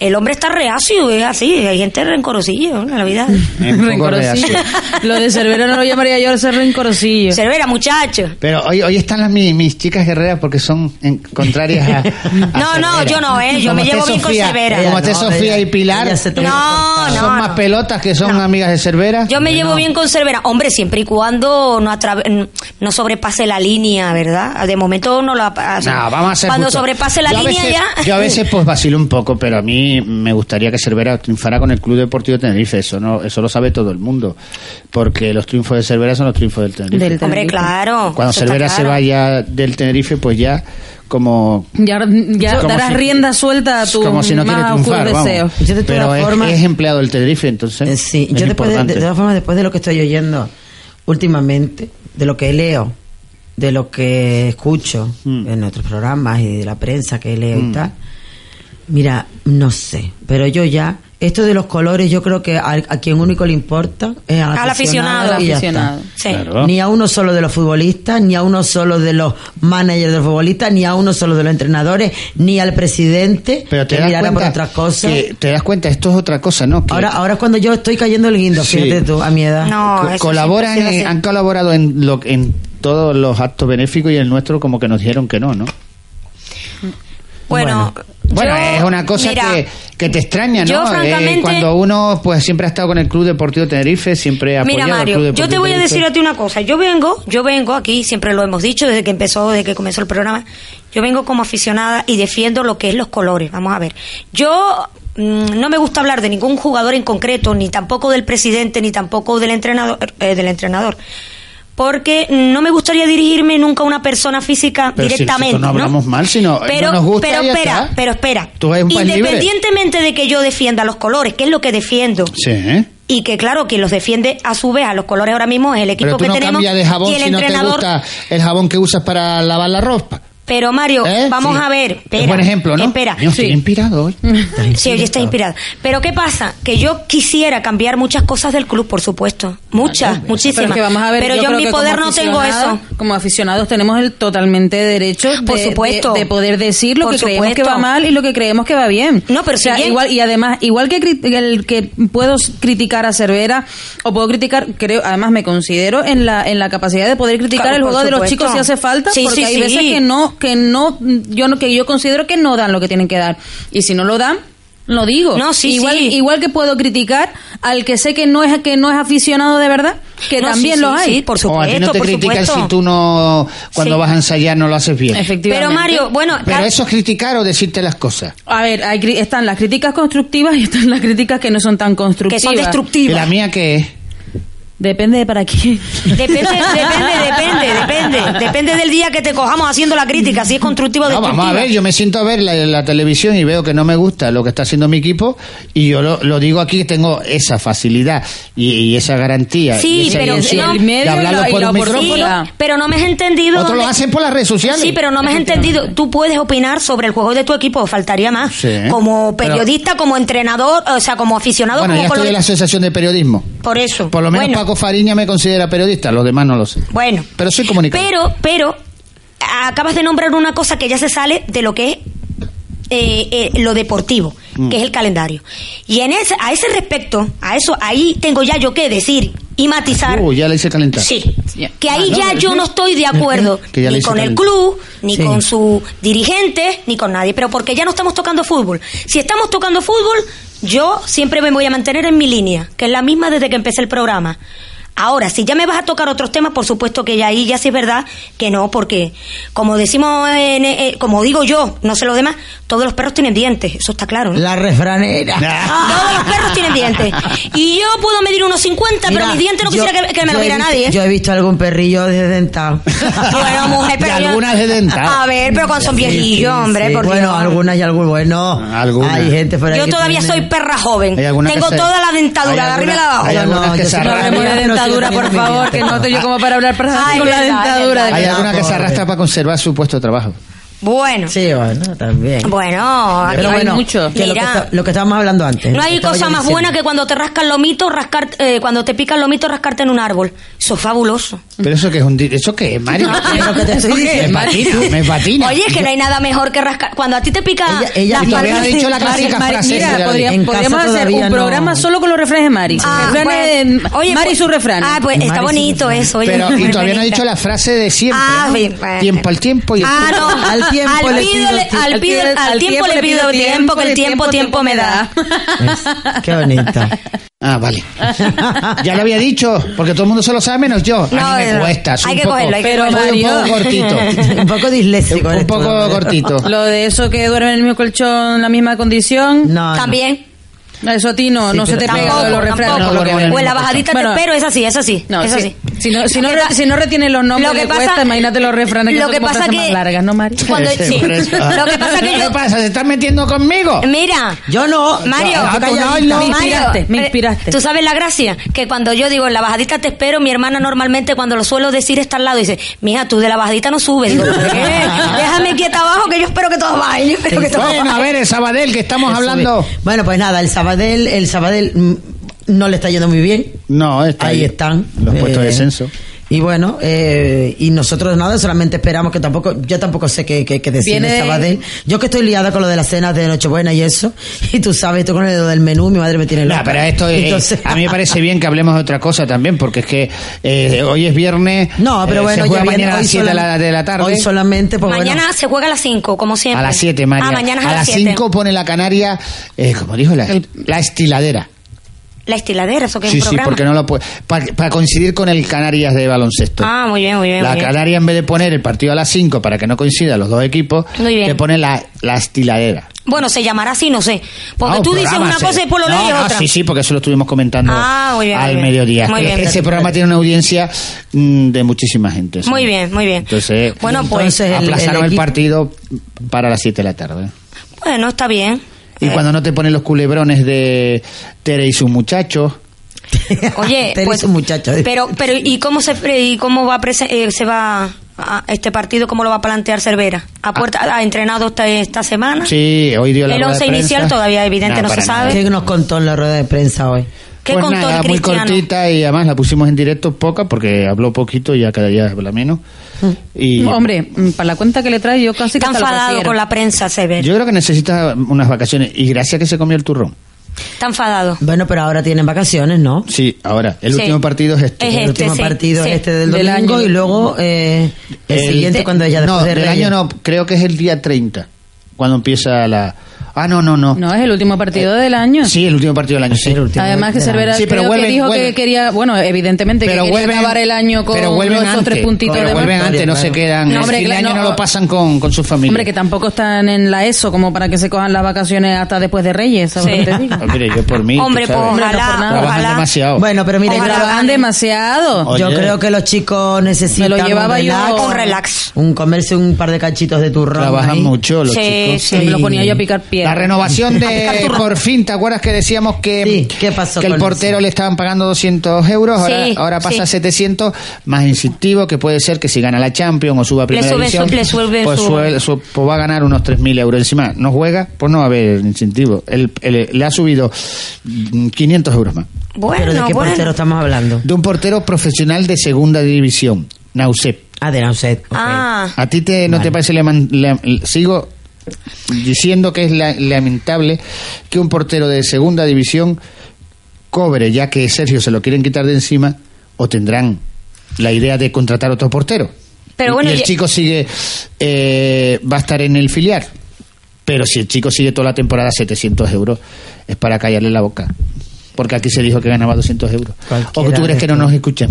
[SPEAKER 5] el hombre está reacio, es así, hay gente rencorosilla ¿no? en la vida.
[SPEAKER 2] Es un poco
[SPEAKER 4] Rencorosillo.
[SPEAKER 2] reacio.
[SPEAKER 4] Lo de Cervera no lo llamaría yo al ser rencorosillo.
[SPEAKER 5] Cervera, muchacho.
[SPEAKER 2] Pero hoy, hoy están las, mi- mis, chicas guerreras porque son en- contrarias a, a
[SPEAKER 5] No, no,
[SPEAKER 2] Cervera.
[SPEAKER 5] yo no, ¿eh? Yo
[SPEAKER 2] Como
[SPEAKER 5] me
[SPEAKER 2] esté
[SPEAKER 5] llevo bien con
[SPEAKER 2] Sofía-
[SPEAKER 5] Cervera.
[SPEAKER 2] Como esté
[SPEAKER 3] No,
[SPEAKER 2] Sofía
[SPEAKER 3] ella-
[SPEAKER 2] y Pilar,
[SPEAKER 3] ella se
[SPEAKER 5] No, no.
[SPEAKER 2] son más
[SPEAKER 5] no.
[SPEAKER 2] pelotas que son amigas de Cervera.
[SPEAKER 5] Yo me llevo bien con Cervera. Hombre, siempre y cuando no, atrave- no sobrepase la línea, ¿verdad? De momento no la
[SPEAKER 2] No, vamos a ser
[SPEAKER 5] Cuando
[SPEAKER 2] justos.
[SPEAKER 5] sobrepase la
[SPEAKER 2] Yo a
[SPEAKER 5] línea
[SPEAKER 2] veces-
[SPEAKER 5] ya.
[SPEAKER 2] Yo a veces pues vacilo un poco, pero a mí me gustaría que Cervera triunfara con el Club Deportivo Tenerife. Eso no, eso lo sabe todo el mundo, porque los triunfos de Cervera son los triunfos del Tenerife.
[SPEAKER 4] Del-
[SPEAKER 5] Hombre, claro.
[SPEAKER 2] Cuando
[SPEAKER 5] eso está
[SPEAKER 2] Cervera se
[SPEAKER 5] claro.
[SPEAKER 2] vaya del Tenerife, pues ya como
[SPEAKER 4] Ya, ya
[SPEAKER 2] Como
[SPEAKER 4] darás
[SPEAKER 2] si-
[SPEAKER 4] rienda suelta a tus
[SPEAKER 2] como si no quiere
[SPEAKER 4] más
[SPEAKER 2] triunfar,
[SPEAKER 4] oscuros
[SPEAKER 2] vamos.
[SPEAKER 4] deseos.
[SPEAKER 3] Yo de todas
[SPEAKER 2] Pero es,
[SPEAKER 3] formas-
[SPEAKER 2] es empleado del Tenerife, entonces.
[SPEAKER 3] Eh, Sí,
[SPEAKER 2] es
[SPEAKER 3] yo después de,
[SPEAKER 2] importante.
[SPEAKER 3] de todas formas, después de lo que estoy oyendo últimamente, de lo que leo, de lo que escucho
[SPEAKER 2] Mm.
[SPEAKER 3] en otros programas y de la prensa que leo y tal, mira, no sé, pero yo ya, esto de los colores, yo creo que al- a, quien único le importa es al,
[SPEAKER 5] Al aficionado.
[SPEAKER 3] y ya está.
[SPEAKER 4] Aficionado.
[SPEAKER 5] Sí.
[SPEAKER 2] Claro.
[SPEAKER 3] Ni a uno solo de los futbolistas, ni a uno solo de los managers de los futbolistas, ni a uno solo de los entrenadores, ni al presidente
[SPEAKER 2] Pero te
[SPEAKER 3] que
[SPEAKER 2] das
[SPEAKER 3] mirará
[SPEAKER 2] cuenta
[SPEAKER 3] por otras cosas.
[SPEAKER 2] que- te das cuenta, esto es otra cosa, ¿no? Que
[SPEAKER 3] Ahora, ahora es cuando yo estoy cayendo el guindo,
[SPEAKER 2] Sí.
[SPEAKER 3] fíjate tú, a mi edad.
[SPEAKER 5] No,
[SPEAKER 2] co-
[SPEAKER 5] eso sí,
[SPEAKER 2] colaboran,
[SPEAKER 5] sí, sí,
[SPEAKER 2] en-
[SPEAKER 5] sí.
[SPEAKER 2] han colaborado en lo en todos los actos benéficos y el nuestro como que nos dijeron que no, ¿no?
[SPEAKER 5] Bueno,
[SPEAKER 2] Bueno,
[SPEAKER 5] yo-
[SPEAKER 2] es una cosa
[SPEAKER 5] mira,
[SPEAKER 2] que, que te extraña, ¿no?
[SPEAKER 5] yo,
[SPEAKER 2] Eh,
[SPEAKER 5] francamente-
[SPEAKER 2] cuando uno pues siempre ha estado con el Club Deportivo Tenerife, siempre ha
[SPEAKER 5] Mira,
[SPEAKER 2] apoyado al
[SPEAKER 5] Mario,
[SPEAKER 2] Club
[SPEAKER 5] yo
[SPEAKER 2] Deportivo
[SPEAKER 5] te voy a
[SPEAKER 2] Tenerife.
[SPEAKER 5] decir a ti una cosa. Yo vengo, yo vengo aquí, siempre lo hemos dicho desde que empezó, desde que comenzó el programa. Yo vengo como aficionada y defiendo lo que es los colores. Vamos a ver. Yo mm, no me gusta hablar de ningún jugador en concreto, ni tampoco del presidente, ni tampoco del entrenador, eh, del entrenador. Porque no me gustaría dirigirme nunca a una persona física
[SPEAKER 2] Pero si
[SPEAKER 5] directamente.
[SPEAKER 2] nosotros no hablamos mal, sino, eh,
[SPEAKER 5] pero,
[SPEAKER 2] no nos gusta
[SPEAKER 5] pero
[SPEAKER 2] y ya
[SPEAKER 5] espera,
[SPEAKER 2] está.
[SPEAKER 5] pero espera.
[SPEAKER 2] Tú eres un país libre.
[SPEAKER 5] Independientemente de que yo defienda los colores, que es lo que defiendo
[SPEAKER 2] Sí, ¿eh?
[SPEAKER 5] y que claro quien los defiende a su vez a los colores ahora mismo es el equipo
[SPEAKER 2] Pero tú
[SPEAKER 5] que
[SPEAKER 2] no
[SPEAKER 5] tenemos
[SPEAKER 2] cambias de jabón
[SPEAKER 5] y el
[SPEAKER 2] si no te
[SPEAKER 5] entrenador
[SPEAKER 2] gusta el jabón que usas para lavar la ropa.
[SPEAKER 5] pero Mario
[SPEAKER 2] ¿Eh?
[SPEAKER 5] vamos
[SPEAKER 2] Sí.
[SPEAKER 5] a ver espera,
[SPEAKER 2] Es buen ejemplo, ¿no?
[SPEAKER 5] espera
[SPEAKER 2] Dios, estoy inspirado hoy.
[SPEAKER 5] Sí, hoy está inspirada. Pero ¿qué pasa? Que yo quisiera cambiar muchas cosas del club, por supuesto. Muchas, muchísimas.
[SPEAKER 4] pues, Pero, es que vamos a ver,
[SPEAKER 5] Pero yo, en
[SPEAKER 4] creo
[SPEAKER 5] mi
[SPEAKER 4] que
[SPEAKER 5] poder
[SPEAKER 4] como
[SPEAKER 5] no tengo eso.
[SPEAKER 4] aficionados- Como aficionados tenemos el totalmente derecho de,
[SPEAKER 5] Por supuesto.
[SPEAKER 4] de, de poder decir lo
[SPEAKER 5] Por
[SPEAKER 4] que creemos que
[SPEAKER 5] supuesto.
[SPEAKER 4] va mal y lo que creemos que va bien.
[SPEAKER 5] No, pero
[SPEAKER 4] O sea,
[SPEAKER 5] si bien-
[SPEAKER 4] igual y además igual que cri- el que puedo criticar a Cervera o puedo criticar, creo, además me considero en la en la capacidad de poder criticar
[SPEAKER 5] Claro,
[SPEAKER 4] el
[SPEAKER 5] por
[SPEAKER 4] juego de los
[SPEAKER 5] supuesto.
[SPEAKER 4] chicos si hace falta,
[SPEAKER 5] Sí,
[SPEAKER 4] porque
[SPEAKER 5] sí,
[SPEAKER 4] hay
[SPEAKER 5] sí.
[SPEAKER 4] veces que no que no yo no que yo considero que no dan lo que tienen que dar y si no lo dan Lo digo.
[SPEAKER 5] No, sí,
[SPEAKER 4] igual,
[SPEAKER 5] sí.
[SPEAKER 4] igual que puedo criticar al que sé que no es que no es aficionado de verdad, que
[SPEAKER 5] No, sí,
[SPEAKER 4] también
[SPEAKER 5] sí,
[SPEAKER 4] lo hay.
[SPEAKER 5] sí, por
[SPEAKER 2] O a ti
[SPEAKER 5] supuesto,
[SPEAKER 2] no te
[SPEAKER 5] por
[SPEAKER 2] critican
[SPEAKER 5] supuesto.
[SPEAKER 2] si tú no, cuando
[SPEAKER 5] Sí.
[SPEAKER 2] vas a ensayar no lo haces bien.
[SPEAKER 4] Efectivamente.
[SPEAKER 5] Pero Mario, bueno,
[SPEAKER 2] Pero
[SPEAKER 5] la-
[SPEAKER 2] eso es criticar o decirte las cosas.
[SPEAKER 4] A ver, hay cri- están las críticas constructivas y están las críticas que no son tan
[SPEAKER 5] que
[SPEAKER 4] constructivas.
[SPEAKER 5] son
[SPEAKER 2] ¿Y
[SPEAKER 5] destructivas.
[SPEAKER 2] la mía qué es?
[SPEAKER 4] Depende de para qué.
[SPEAKER 5] Depende, depende, depende, depende. Depende del día que te cojamos haciendo la crítica, si es constructiva o
[SPEAKER 2] No,
[SPEAKER 5] destructiva.
[SPEAKER 2] Ah, vamos a ver, yo me siento a ver la, la televisión y veo que no me gusta lo que está haciendo mi equipo y yo lo, lo digo aquí, que tengo esa facilidad y, y esa garantía
[SPEAKER 5] Sí,
[SPEAKER 2] y esa
[SPEAKER 5] pero
[SPEAKER 2] ilusión
[SPEAKER 5] no,
[SPEAKER 2] de
[SPEAKER 5] el
[SPEAKER 4] medio y
[SPEAKER 2] hablarlo
[SPEAKER 4] la- y
[SPEAKER 2] por
[SPEAKER 4] la
[SPEAKER 2] un micrófono.
[SPEAKER 4] oportunidad.
[SPEAKER 5] Sí, pero no me has entendido.
[SPEAKER 2] Otros lo
[SPEAKER 5] dónde-
[SPEAKER 2] hacen por las redes sociales.
[SPEAKER 5] Sí, pero no me has entendido. Tú puedes opinar sobre el juego de tu equipo, faltaría más.
[SPEAKER 2] Sí.
[SPEAKER 5] Como
[SPEAKER 2] Pero-
[SPEAKER 5] periodista, como entrenador, o sea, como aficionado,
[SPEAKER 2] Bueno, ya
[SPEAKER 5] como
[SPEAKER 2] estoy en la
[SPEAKER 5] color-
[SPEAKER 2] Asociación de Periodismo.
[SPEAKER 5] Por eso.
[SPEAKER 2] Por lo menos
[SPEAKER 5] bueno,
[SPEAKER 2] Paco Fariña me considera periodista, los demás no lo sé.
[SPEAKER 5] Bueno.
[SPEAKER 2] Pero soy comunicador.
[SPEAKER 5] Pero, pero, acabas de nombrar una cosa que ya se sale de lo que es eh, eh, lo deportivo,
[SPEAKER 2] Mm.
[SPEAKER 5] que es el calendario. Y en ese, a ese respecto, a eso, ahí tengo ya yo que decir y matizar.
[SPEAKER 2] Uh, ya le hice calentar.
[SPEAKER 5] Sí,
[SPEAKER 4] Sí.
[SPEAKER 5] que ahí
[SPEAKER 2] Ah, no,
[SPEAKER 5] ya
[SPEAKER 2] pero
[SPEAKER 5] yo
[SPEAKER 2] sí.
[SPEAKER 5] no estoy de acuerdo
[SPEAKER 2] Que ya le
[SPEAKER 5] ni
[SPEAKER 2] hice
[SPEAKER 5] con el
[SPEAKER 2] calentar.
[SPEAKER 5] club, ni
[SPEAKER 3] Sí.
[SPEAKER 5] con su dirigente, ni con nadie, pero porque ya no estamos tocando fútbol. Si estamos tocando fútbol, yo siempre me voy a mantener en mi línea, que es la misma desde que empecé el programa. Ahora, si ya me vas a tocar otros temas, por supuesto que ya ahí ya sí es verdad que no, porque como decimos, en- eh, como digo yo, no sé lo demás, todos los perros tienen dientes, eso está claro. ¿no? Ah,
[SPEAKER 3] La refranera.
[SPEAKER 5] Todos los perros tienen dientes. Y yo puedo medir unos 50,
[SPEAKER 3] Mira,
[SPEAKER 5] pero mis dientes no
[SPEAKER 3] yo-
[SPEAKER 5] quisiera que, que me
[SPEAKER 3] yo
[SPEAKER 5] lo
[SPEAKER 3] he
[SPEAKER 5] viera
[SPEAKER 3] visto-
[SPEAKER 5] nadie. ¿eh?
[SPEAKER 3] Yo he visto algún perrillo desdentado.
[SPEAKER 5] Bueno, mujer, pero.
[SPEAKER 2] Y
[SPEAKER 5] yo-
[SPEAKER 2] algunas de dental.
[SPEAKER 5] A ver, pero cuando son
[SPEAKER 3] Sí, sí,
[SPEAKER 5] viejillos, hombre,
[SPEAKER 3] sí.
[SPEAKER 5] por
[SPEAKER 3] Bueno,
[SPEAKER 5] Dios.
[SPEAKER 3] algunas y algunos. Bueno,
[SPEAKER 2] Algunas.
[SPEAKER 3] hay gente por ahí
[SPEAKER 5] Yo
[SPEAKER 3] que
[SPEAKER 5] todavía
[SPEAKER 3] tiene-
[SPEAKER 5] soy perra joven.
[SPEAKER 2] Hay algunas
[SPEAKER 5] Tengo
[SPEAKER 2] que se-
[SPEAKER 5] toda la
[SPEAKER 2] hay
[SPEAKER 5] dentadura, de arriba y de
[SPEAKER 2] algunas-
[SPEAKER 5] abajo.
[SPEAKER 2] hay algunas
[SPEAKER 3] No,
[SPEAKER 2] que
[SPEAKER 3] yo
[SPEAKER 2] se
[SPEAKER 3] soy
[SPEAKER 4] No hablemos de
[SPEAKER 2] arrastran.
[SPEAKER 3] Pero
[SPEAKER 4] dentadura,
[SPEAKER 3] sí,
[SPEAKER 4] por
[SPEAKER 3] también
[SPEAKER 4] favor, que
[SPEAKER 3] tiene
[SPEAKER 4] no estoy yo
[SPEAKER 3] dientes.
[SPEAKER 4] como para hablar para
[SPEAKER 5] Ay,
[SPEAKER 4] con la
[SPEAKER 5] verdad,
[SPEAKER 4] dentadura.
[SPEAKER 5] verdad.
[SPEAKER 2] Hay
[SPEAKER 3] Ah,
[SPEAKER 2] algunas que se
[SPEAKER 3] pobre.
[SPEAKER 2] arrastra para conservar su puesto de trabajo.
[SPEAKER 5] Bueno.
[SPEAKER 3] Sí, bueno, también.
[SPEAKER 5] Bueno,
[SPEAKER 4] Pero
[SPEAKER 5] aquí-
[SPEAKER 4] bueno, mucho.
[SPEAKER 3] Que lo, que
[SPEAKER 5] Mira.
[SPEAKER 3] está- lo que estábamos hablando antes.
[SPEAKER 5] No
[SPEAKER 3] lo que
[SPEAKER 5] hay
[SPEAKER 3] estaba
[SPEAKER 5] cosa
[SPEAKER 3] yo
[SPEAKER 5] más
[SPEAKER 3] diciendo.
[SPEAKER 5] buena que cuando te rascan lomito, rascar, eh, cuando te pican lomito, rascarte en un árbol. Eso es fabuloso.
[SPEAKER 2] Pero eso que es un... di- ¿Eso qué es, Mario?
[SPEAKER 3] Es lo que te estoy
[SPEAKER 2] me
[SPEAKER 3] diciendo.
[SPEAKER 2] patina, me patina.
[SPEAKER 5] Oye, que no hay nada mejor que rascar. Cuando a ti te pica.
[SPEAKER 3] Ella- ella-
[SPEAKER 5] las
[SPEAKER 2] Y todavía
[SPEAKER 5] palmas-
[SPEAKER 2] ha dicho la
[SPEAKER 4] Mari-
[SPEAKER 2] clásica
[SPEAKER 4] Mari-
[SPEAKER 2] frase
[SPEAKER 4] mira,
[SPEAKER 2] de la-
[SPEAKER 4] podría-
[SPEAKER 3] En casa
[SPEAKER 4] podríamos hacer un
[SPEAKER 3] todavía no.
[SPEAKER 4] programa solo con los refranes de Mari.
[SPEAKER 5] Ah,
[SPEAKER 4] Refranes
[SPEAKER 5] bueno.
[SPEAKER 4] de Mari
[SPEAKER 5] pues-
[SPEAKER 4] y su refrán.
[SPEAKER 5] Ah, pues está
[SPEAKER 3] Mari y su
[SPEAKER 5] bonito
[SPEAKER 3] refrán.
[SPEAKER 5] eso. oye,
[SPEAKER 2] Pero, y
[SPEAKER 5] muy
[SPEAKER 2] todavía no ha
[SPEAKER 5] bonita.
[SPEAKER 2] dicho la frase de siempre.
[SPEAKER 5] Ah,
[SPEAKER 2] ¿no?
[SPEAKER 5] bien, bueno.
[SPEAKER 2] Tiempo al tiempo y el
[SPEAKER 5] Ah,
[SPEAKER 2] tiempo-
[SPEAKER 5] no.
[SPEAKER 3] Al tiempo
[SPEAKER 5] al
[SPEAKER 3] le
[SPEAKER 5] pido,
[SPEAKER 3] pido
[SPEAKER 5] le- al, pido, al, tiempo, le pido tiempo, que el tiempo, tiempo me da.
[SPEAKER 3] Es- Qué bonita.
[SPEAKER 2] Ah, vale. ya lo había dicho, porque todo el mundo se lo sabe menos yo.
[SPEAKER 5] No,
[SPEAKER 2] a mí me
[SPEAKER 5] no.
[SPEAKER 2] cuesta. soy
[SPEAKER 5] Hay
[SPEAKER 2] un
[SPEAKER 5] que
[SPEAKER 2] poco-
[SPEAKER 5] cogerlo, hay que
[SPEAKER 4] Pero,
[SPEAKER 2] soy un
[SPEAKER 4] Mario-
[SPEAKER 2] poco cortito.
[SPEAKER 3] un poco disléxico.
[SPEAKER 2] un
[SPEAKER 3] eres tú,
[SPEAKER 2] poco ah.
[SPEAKER 3] hombre.
[SPEAKER 2] cortito.
[SPEAKER 4] Lo de eso que duermen en el mismo colchón, la misma condición.
[SPEAKER 3] No, no.
[SPEAKER 5] También.
[SPEAKER 4] Eso a ti no,
[SPEAKER 3] Sí,
[SPEAKER 4] no se
[SPEAKER 3] pero
[SPEAKER 4] te pega
[SPEAKER 5] Tampoco,
[SPEAKER 4] lo de los refranes.
[SPEAKER 5] tampoco.
[SPEAKER 4] por lo que
[SPEAKER 2] No,
[SPEAKER 4] veo.
[SPEAKER 2] no,
[SPEAKER 5] o en la bajadita
[SPEAKER 4] Bueno,
[SPEAKER 5] te espero, es así, es así.
[SPEAKER 4] No,
[SPEAKER 5] es
[SPEAKER 4] si,
[SPEAKER 5] así.
[SPEAKER 4] si no, si, no,
[SPEAKER 5] Lo que pa-
[SPEAKER 4] si no retienes los nombres,
[SPEAKER 5] lo que
[SPEAKER 4] le
[SPEAKER 5] pasa-
[SPEAKER 4] cuesta, imagínate los refranes que
[SPEAKER 5] lo
[SPEAKER 4] son
[SPEAKER 5] que
[SPEAKER 4] como
[SPEAKER 5] pasa
[SPEAKER 4] frases
[SPEAKER 5] que-
[SPEAKER 4] más largas, ¿no, Mari?
[SPEAKER 5] Cuando- sí.
[SPEAKER 2] por eso.
[SPEAKER 5] Lo que pasa que yo-
[SPEAKER 2] ¿Qué pasa? ¿Se están metiendo conmigo?
[SPEAKER 5] Mira.
[SPEAKER 3] Yo no.
[SPEAKER 5] Mario,
[SPEAKER 3] Yo- yo
[SPEAKER 2] no,
[SPEAKER 3] calladita.
[SPEAKER 4] me
[SPEAKER 5] Mario,
[SPEAKER 4] inspiraste, me
[SPEAKER 5] eh,
[SPEAKER 4] inspiraste.
[SPEAKER 5] ¿Tú sabes la gracia? Que cuando yo digo en la bajadita te espero, mi hermana normalmente cuando lo suelo decir está al lado y dice, mija, tú de la bajadita no subes. Digo, "¿Por qué? Déjame quieta abajo que yo espero que todos vayan. Yo espero que todos
[SPEAKER 2] Bueno, a
[SPEAKER 5] bajen".
[SPEAKER 2] ver, el Sabadell que estamos
[SPEAKER 3] Eso
[SPEAKER 2] hablando.
[SPEAKER 3] bien. Bueno, pues nada, el Sabadell, el Sabadell mm, no le está yendo muy bien.
[SPEAKER 2] No, está
[SPEAKER 3] Ahí están.
[SPEAKER 2] Los puestos de
[SPEAKER 3] Eh,
[SPEAKER 2] descenso.
[SPEAKER 3] Y bueno, eh, y nosotros nada, solamente esperamos que tampoco, yo tampoco sé qué, qué, qué decir
[SPEAKER 4] Viene
[SPEAKER 3] de
[SPEAKER 4] de-
[SPEAKER 3] Sabadell. Yo que estoy liada con lo de las cenas de Nochebuena y eso, y tú sabes, tú con lo del menú, mi madre me tiene loca.
[SPEAKER 2] No, pero esto es-
[SPEAKER 3] Entonces-
[SPEAKER 2] a mí me parece bien que hablemos de otra cosa también, porque es que eh, hoy es viernes.
[SPEAKER 3] No, pero
[SPEAKER 2] eh,
[SPEAKER 3] bueno,
[SPEAKER 2] se juega
[SPEAKER 3] ya viene
[SPEAKER 2] mañana a
[SPEAKER 3] hoy
[SPEAKER 2] las 7 de la,
[SPEAKER 3] solamente-
[SPEAKER 2] de la tarde.
[SPEAKER 3] Hoy solamente, pues bueno.
[SPEAKER 5] Mañana se juega a las 5, como siempre.
[SPEAKER 2] A las 7, María.
[SPEAKER 5] Ah, mañana es a,
[SPEAKER 2] las
[SPEAKER 5] las 7.
[SPEAKER 2] 5 pone la Canaria, eh, como dijo, la, la estiladera.
[SPEAKER 5] La estiladera, eso que
[SPEAKER 2] Sí,
[SPEAKER 5] es un
[SPEAKER 2] sí,
[SPEAKER 5] programa.
[SPEAKER 2] porque no lo puede. Para, coincidir con el Canarias de baloncesto.
[SPEAKER 5] Ah, muy bien, muy bien.
[SPEAKER 2] la
[SPEAKER 5] muy bien.
[SPEAKER 2] Canaria, en vez de poner el partido a las 5 para que no coincidan los dos equipos,
[SPEAKER 5] Muy bien.
[SPEAKER 2] le pone la, la estiladera.
[SPEAKER 5] Bueno, se llamará así, no sé. Porque
[SPEAKER 2] Ah, un
[SPEAKER 5] tú dices
[SPEAKER 2] programa,
[SPEAKER 5] una
[SPEAKER 2] sí.
[SPEAKER 5] cosa y por lo
[SPEAKER 2] No,
[SPEAKER 5] leyes
[SPEAKER 2] no,
[SPEAKER 5] otra.
[SPEAKER 2] Sí, sí, porque eso lo estuvimos comentando
[SPEAKER 5] Ah, muy bien,
[SPEAKER 2] al
[SPEAKER 5] muy bien.
[SPEAKER 2] mediodía.
[SPEAKER 5] Muy bien.
[SPEAKER 2] Ese programa tiene una audiencia mm, de muchísima gente. sí.
[SPEAKER 5] Muy bien, muy bien.
[SPEAKER 2] Entonces,
[SPEAKER 5] bueno, pues,
[SPEAKER 3] entonces- el- el
[SPEAKER 2] aplazaron el,
[SPEAKER 3] equipo-
[SPEAKER 2] partido para las 7 de la tarde.
[SPEAKER 5] bueno, está bien.
[SPEAKER 2] Y cuando no te ponen los culebrones de Tere y sus muchachos.
[SPEAKER 5] Oye,
[SPEAKER 3] Tere
[SPEAKER 5] pues,
[SPEAKER 3] es un muchacho.
[SPEAKER 5] Pero, pero ¿y cómo se pre- y cómo va a prese- eh, se va a este partido? ¿Cómo lo va a plantear Cervera? ¿Ha, puerta, ha entrenado esta, esta semana?
[SPEAKER 2] Ah. Sí, hoy dio la
[SPEAKER 5] El
[SPEAKER 2] rueda de
[SPEAKER 5] once
[SPEAKER 2] prensa.
[SPEAKER 5] inicial todavía, evidente, no se
[SPEAKER 2] para
[SPEAKER 5] sabe.
[SPEAKER 3] ¿Qué nos contó en la rueda de prensa hoy?
[SPEAKER 5] ¿Qué
[SPEAKER 2] Pues
[SPEAKER 5] contó
[SPEAKER 2] nada,
[SPEAKER 5] el
[SPEAKER 2] muy
[SPEAKER 5] Cristiano?
[SPEAKER 2] cortita y además la pusimos en directo poca porque habló poquito y ya cada día habla menos. Y
[SPEAKER 4] Hombre, mm, para la cuenta que le trae, yo casi que
[SPEAKER 5] Mm. Está
[SPEAKER 4] hasta lo
[SPEAKER 5] enfadado
[SPEAKER 4] prefiero.
[SPEAKER 5] con la prensa, Cervera.
[SPEAKER 2] yo creo que necesitas unas vacaciones y gracias que se comió el turrón.
[SPEAKER 5] Está enfadado.
[SPEAKER 3] Bueno, pero ahora tienen vacaciones, ¿no?
[SPEAKER 2] Sí, ahora, el
[SPEAKER 5] Sí.
[SPEAKER 2] último partido es este.
[SPEAKER 5] Es
[SPEAKER 3] el
[SPEAKER 5] este,
[SPEAKER 3] último
[SPEAKER 5] sí,
[SPEAKER 3] partido
[SPEAKER 5] sí.
[SPEAKER 3] este del
[SPEAKER 4] Del
[SPEAKER 3] domingo
[SPEAKER 4] año.
[SPEAKER 3] y luego eh, el, siguiente cuando ya después
[SPEAKER 2] no,
[SPEAKER 3] de
[SPEAKER 2] del
[SPEAKER 3] Reyes.
[SPEAKER 2] año no, creo que es el día 30 cuando empieza la Ah, no, no, no.
[SPEAKER 4] No, es el último partido del año.
[SPEAKER 2] Sí, el último partido del año, sí.
[SPEAKER 3] El último.
[SPEAKER 4] Además que
[SPEAKER 3] del
[SPEAKER 4] Cervera
[SPEAKER 2] año. Sí, pero
[SPEAKER 4] creo
[SPEAKER 2] vuelven-
[SPEAKER 4] que dijo
[SPEAKER 2] vuelven.
[SPEAKER 4] que quería, bueno, evidentemente que
[SPEAKER 2] Pero
[SPEAKER 4] quería
[SPEAKER 2] vuelven,
[SPEAKER 4] acabar el año con
[SPEAKER 2] pero vuelven
[SPEAKER 4] esos
[SPEAKER 2] antes,
[SPEAKER 4] tres puntitos
[SPEAKER 2] pero
[SPEAKER 4] de más.
[SPEAKER 2] vuelven antes, no se
[SPEAKER 3] Claro.
[SPEAKER 2] quedan.
[SPEAKER 4] No, hombre,
[SPEAKER 2] el fin de
[SPEAKER 4] claro,
[SPEAKER 2] año no,
[SPEAKER 4] no.
[SPEAKER 2] lo pasan con, con su familia.
[SPEAKER 4] Hombre, que tampoco están en la ESO como para que se cojan las vacaciones hasta después de Reyes,
[SPEAKER 5] Sí.
[SPEAKER 4] ¿sabes lo que te digo?
[SPEAKER 2] Hombre, yo por mí.
[SPEAKER 5] Hombre,
[SPEAKER 2] tú
[SPEAKER 5] pues
[SPEAKER 2] sabes,
[SPEAKER 4] Hombre, no por
[SPEAKER 5] ojalá,
[SPEAKER 4] nada.
[SPEAKER 2] trabajan
[SPEAKER 5] ojalá.
[SPEAKER 2] demasiado.
[SPEAKER 3] Bueno, pero mira,
[SPEAKER 4] Y
[SPEAKER 5] Ojalá.
[SPEAKER 4] trabajan demasiado.
[SPEAKER 2] Oye.
[SPEAKER 3] yo creo que los chicos necesitan
[SPEAKER 4] Me lo llevaba
[SPEAKER 3] un
[SPEAKER 4] yo-
[SPEAKER 3] relax,
[SPEAKER 5] Un relax.
[SPEAKER 3] un comerse un par de cachitos de turrón.
[SPEAKER 2] trabajan
[SPEAKER 3] ahí.
[SPEAKER 2] mucho los
[SPEAKER 5] Sí,
[SPEAKER 2] chicos.
[SPEAKER 5] sí.
[SPEAKER 4] Me lo ponía yo a picar
[SPEAKER 2] La
[SPEAKER 4] piedra.
[SPEAKER 2] renovación de por fin, ¿te acuerdas que decíamos que,
[SPEAKER 3] Sí, ¿qué pasó
[SPEAKER 2] que el
[SPEAKER 3] con
[SPEAKER 2] portero
[SPEAKER 3] eso?
[SPEAKER 2] le estaban pagando 200 euros? Ahora,
[SPEAKER 5] Sí,
[SPEAKER 2] ahora pasa
[SPEAKER 5] sí.
[SPEAKER 2] a 700, más incentivo que puede ser que si gana la Champions o suba a primera
[SPEAKER 5] suben su-
[SPEAKER 2] división,
[SPEAKER 5] le suben
[SPEAKER 2] pues,
[SPEAKER 5] su-
[SPEAKER 2] sube- su- pues va a ganar unos 3.000 euros. Encima, no juega, pues no va a haber incentivo. Él- él- le ha subido mm, 500 euros más.
[SPEAKER 3] ¿Pero de
[SPEAKER 5] Bueno,
[SPEAKER 3] qué portero
[SPEAKER 5] bueno.
[SPEAKER 3] estamos hablando?
[SPEAKER 2] De un portero profesional de segunda división, Nausep.
[SPEAKER 3] Ah, de Nauset. ok.
[SPEAKER 5] Ah,
[SPEAKER 2] ¿A ti te, no te parece laman- la- sigo diciendo que es la- lamentable que un portero de segunda división cobre, ya que Sergio se lo quieren quitar de encima, o tendrán la idea de contratar otro portero?
[SPEAKER 5] Pero
[SPEAKER 2] Y-
[SPEAKER 5] bueno,
[SPEAKER 2] y el
[SPEAKER 5] ya-
[SPEAKER 2] chico sigue, eh, va a estar en el filial. Pero si el chico sigue toda la temporada 700 euros, es para callarle la boca. Porque aquí se dijo que ganaba 200 euros. ¿O
[SPEAKER 3] Cualquiera
[SPEAKER 2] tú crees que no
[SPEAKER 3] de-
[SPEAKER 2] nos escuchan?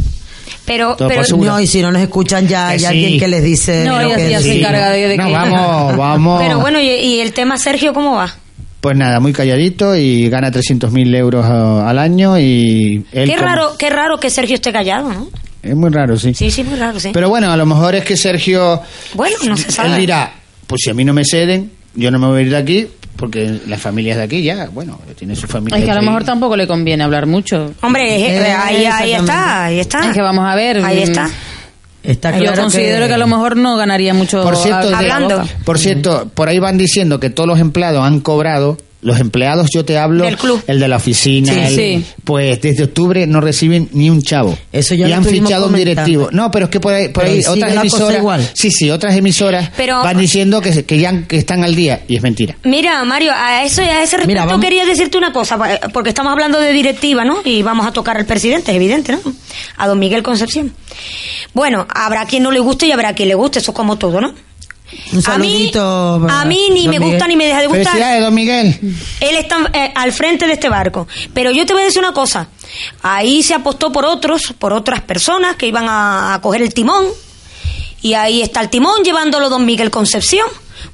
[SPEAKER 5] pero,
[SPEAKER 2] Todo
[SPEAKER 5] pero
[SPEAKER 2] por seguro.
[SPEAKER 3] No, y si no nos escuchan ya
[SPEAKER 2] Que
[SPEAKER 3] hay
[SPEAKER 2] sí.
[SPEAKER 3] alguien que les dice
[SPEAKER 4] No,
[SPEAKER 3] lo
[SPEAKER 4] ella-
[SPEAKER 3] que
[SPEAKER 4] ella se
[SPEAKER 3] decimos.
[SPEAKER 4] encarga de-
[SPEAKER 2] no,
[SPEAKER 4] que-
[SPEAKER 2] vamos, vamos.
[SPEAKER 5] pero bueno, y, y el tema Sergio, ¿cómo va?
[SPEAKER 2] Pues nada, muy calladito y gana 300.000 euros a- al año y... él
[SPEAKER 5] Qué
[SPEAKER 2] con-
[SPEAKER 5] raro, qué raro que Sergio esté callado, ¿no?
[SPEAKER 2] Es muy raro, sí.
[SPEAKER 5] Sí, sí, muy raro, sí.
[SPEAKER 2] Pero bueno, a lo mejor es que Sergio...
[SPEAKER 5] Bueno, no se sabe.
[SPEAKER 2] Él dirá, pues si a mí no me ceden, yo no me voy a ir de aquí porque la familia es de aquí ya, bueno, tiene su familia.
[SPEAKER 4] Es que a lo
[SPEAKER 2] aquí.
[SPEAKER 4] mejor tampoco le conviene hablar mucho.
[SPEAKER 5] Hombre, eh,
[SPEAKER 3] Eh,
[SPEAKER 5] ahí, ahí está, ahí está.
[SPEAKER 4] Es que vamos a ver.
[SPEAKER 5] Ahí
[SPEAKER 4] mm,
[SPEAKER 5] está.
[SPEAKER 3] Está
[SPEAKER 4] Yo
[SPEAKER 3] claro
[SPEAKER 4] considero que... a lo mejor no ganaría mucho
[SPEAKER 2] Por cierto,
[SPEAKER 4] a-
[SPEAKER 2] de-
[SPEAKER 5] Hablando.
[SPEAKER 2] por cierto, por ahí van diciendo que todos los empleados han cobrado. Los empleados, yo te hablo,
[SPEAKER 5] Del club.
[SPEAKER 2] el de la oficina,
[SPEAKER 4] Sí,
[SPEAKER 2] el-
[SPEAKER 4] sí.
[SPEAKER 2] pues desde octubre no reciben ni un chavo.
[SPEAKER 3] Eso ya
[SPEAKER 2] y
[SPEAKER 3] lo
[SPEAKER 2] han
[SPEAKER 3] estuvimos
[SPEAKER 2] fichado un
[SPEAKER 3] comentando.
[SPEAKER 2] directivo. No, pero es que por ahí, por
[SPEAKER 3] Pero
[SPEAKER 2] ahí
[SPEAKER 3] sigue
[SPEAKER 2] otras
[SPEAKER 3] la cosa
[SPEAKER 2] emisoras,
[SPEAKER 3] igual.
[SPEAKER 2] sí, sí, otras emisoras
[SPEAKER 5] Pero-
[SPEAKER 2] van diciendo que, que ya han- que están al día y es mentira.
[SPEAKER 5] Mira, Mario, a eso a ese
[SPEAKER 3] Mira,
[SPEAKER 5] respecto
[SPEAKER 3] vamos-
[SPEAKER 5] quería decirte una cosa, pa- eh, porque estamos hablando de directiva, ¿no? Y vamos a tocar al presidente, es evidente, ¿no? A don Miguel Concepción. Bueno, habrá quien no le guste y habrá quien le guste, eso es como todo, ¿no?
[SPEAKER 3] Un
[SPEAKER 5] a mí,
[SPEAKER 3] saludito para
[SPEAKER 5] a mí ni
[SPEAKER 3] don
[SPEAKER 5] me
[SPEAKER 3] Miguel.
[SPEAKER 5] gusta ni me deja de gustar.
[SPEAKER 2] Felicidades, don Miguel.
[SPEAKER 5] Él está eh, al frente de este barco. Pero yo te voy a decir una cosa. Ahí se apostó por otros, por otras personas que iban a, a coger el timón. Y ahí está el timón llevándolo don Miguel Concepción.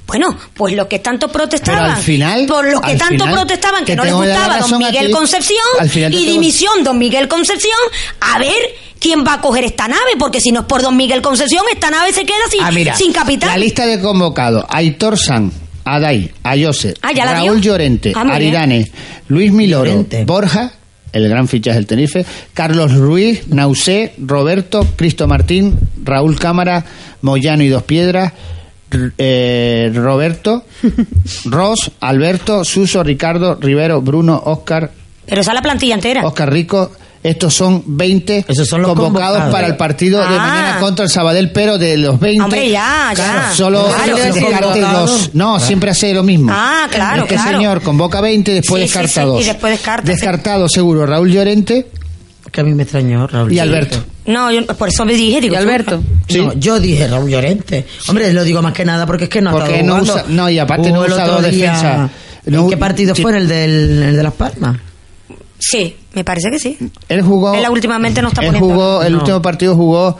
[SPEAKER 5] Bueno, pues los que tanto protestaban,
[SPEAKER 2] Pero al final-
[SPEAKER 5] por los que
[SPEAKER 2] al
[SPEAKER 5] tanto
[SPEAKER 2] final,
[SPEAKER 5] protestaban que
[SPEAKER 2] te
[SPEAKER 5] no les
[SPEAKER 2] tengo que dar
[SPEAKER 5] gustaba
[SPEAKER 2] la
[SPEAKER 5] don
[SPEAKER 2] razón a
[SPEAKER 5] Miguel
[SPEAKER 2] ti.
[SPEAKER 5] Concepción
[SPEAKER 2] Al final te
[SPEAKER 5] y
[SPEAKER 2] tengo-
[SPEAKER 5] dimisión don Miguel Concepción, a ver quién va a coger esta nave, porque si no es por don Miguel Concepción, esta nave se queda sin,
[SPEAKER 2] Ah, mira,
[SPEAKER 5] sin capital.
[SPEAKER 2] La lista de convocados: Aitor San, Adai, Ayose,
[SPEAKER 5] Ah, ya la
[SPEAKER 2] Raúl
[SPEAKER 5] vio.
[SPEAKER 2] Llorente,
[SPEAKER 5] Ah, muy bien.
[SPEAKER 2] Aridane, Luis Miloro,
[SPEAKER 3] Llorente.
[SPEAKER 2] Borja, el gran fichaje del Tenerife, Carlos Ruiz, Nausé, Roberto, Cristo Martín, Raúl Cámara, Moyano y Dos Piedras. R- eh, Roberto, Ross, Alberto, Suso, Ricardo, Rivero, Bruno, Oscar,
[SPEAKER 5] Pero esa es la plantilla entera.
[SPEAKER 2] Oscar Rico. Estos son 20
[SPEAKER 3] Esos son los
[SPEAKER 2] convocados,
[SPEAKER 3] convocados.
[SPEAKER 2] para el partido de
[SPEAKER 5] Ah.
[SPEAKER 2] mañana contra el Sabadell, pero de los 20.
[SPEAKER 5] Hombre, ya,
[SPEAKER 2] claro,
[SPEAKER 5] ya.
[SPEAKER 2] Solo
[SPEAKER 5] Claro,
[SPEAKER 2] descarte
[SPEAKER 5] sí, sí.
[SPEAKER 2] dos. No, siempre hace lo mismo.
[SPEAKER 5] Ah, claro,
[SPEAKER 2] Este
[SPEAKER 5] claro.
[SPEAKER 2] señor convoca 20, después
[SPEAKER 5] Sí, sí,
[SPEAKER 2] descarta
[SPEAKER 5] sí,
[SPEAKER 2] dos.
[SPEAKER 5] y después descarta,
[SPEAKER 2] Descartado, seguro, Raúl Llorente
[SPEAKER 3] Que a mí me extrañó Raúl.
[SPEAKER 2] y Alberto.
[SPEAKER 5] No, yo, por eso me dije,
[SPEAKER 4] Y
[SPEAKER 5] digo,
[SPEAKER 4] Alberto.
[SPEAKER 2] Sí.
[SPEAKER 3] No, yo dije Raúl Llorente. Hombre, lo digo más que nada porque es que no ha
[SPEAKER 2] Porque
[SPEAKER 3] estado
[SPEAKER 2] no
[SPEAKER 3] jugando.
[SPEAKER 2] usa- no, y aparte no
[SPEAKER 3] el
[SPEAKER 2] usa
[SPEAKER 3] otro
[SPEAKER 2] dos
[SPEAKER 3] día-
[SPEAKER 2] defensas. No
[SPEAKER 3] ¿En
[SPEAKER 2] u-
[SPEAKER 3] qué partido
[SPEAKER 2] sí.
[SPEAKER 3] fue? ¿El, del, el de Las Palmas?
[SPEAKER 5] Sí, me parece que sí.
[SPEAKER 2] Él jugó.
[SPEAKER 5] Él últimamente no está
[SPEAKER 2] él
[SPEAKER 5] poniendo.
[SPEAKER 2] jugó, el
[SPEAKER 3] No.
[SPEAKER 2] último partido jugó.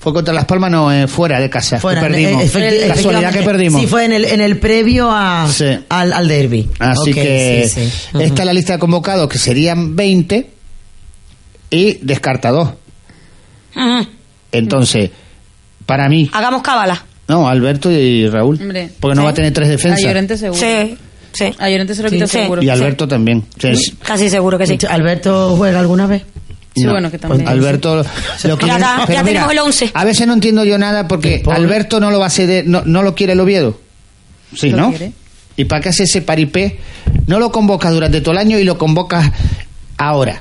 [SPEAKER 2] Fue contra Las Palmas, no, eh, fuera de casa. que
[SPEAKER 3] Fuera,
[SPEAKER 2] perdimos.
[SPEAKER 3] eh, efecti-
[SPEAKER 2] Casualidad
[SPEAKER 3] efectivamente.
[SPEAKER 2] que perdimos.
[SPEAKER 3] Sí, fue en el, en el previo a,
[SPEAKER 2] Sí.
[SPEAKER 3] al, al derby.
[SPEAKER 2] Así
[SPEAKER 3] Ok,
[SPEAKER 2] que
[SPEAKER 3] sí, sí. Ujú.
[SPEAKER 2] esta es la lista de convocados, que serían 20 y descarta dos.
[SPEAKER 5] Ujú.
[SPEAKER 2] Entonces, para mí,
[SPEAKER 5] Hagamos cábala.
[SPEAKER 2] no, Alberto y Raúl,
[SPEAKER 4] Hombre.
[SPEAKER 2] porque no
[SPEAKER 5] Sí.
[SPEAKER 2] va a tener tres
[SPEAKER 4] A
[SPEAKER 2] defensas.
[SPEAKER 4] Llorente seguro.
[SPEAKER 5] Sí, sí.
[SPEAKER 4] A Llorente se lo
[SPEAKER 5] Sí,
[SPEAKER 4] quita
[SPEAKER 5] sí.
[SPEAKER 4] seguro.
[SPEAKER 2] Y Alberto también. O sea, es-
[SPEAKER 5] Casi seguro que sí.
[SPEAKER 3] ¿Alberto juega alguna vez?
[SPEAKER 4] Sí,
[SPEAKER 2] no. Pues
[SPEAKER 4] bueno, que también.
[SPEAKER 2] Alberto lo quiere-
[SPEAKER 5] Ya
[SPEAKER 2] pero
[SPEAKER 5] tenemos el 11.
[SPEAKER 2] A veces no entiendo yo nada porque
[SPEAKER 3] El pobre.
[SPEAKER 2] Alberto no lo va a ceder, no, no lo quiere el Oviedo. Sí,
[SPEAKER 4] Lo
[SPEAKER 2] ¿no?
[SPEAKER 4] quiere.
[SPEAKER 2] ¿Y para qué hace ese paripé? No lo convocas durante todo el año y lo convocas ahora.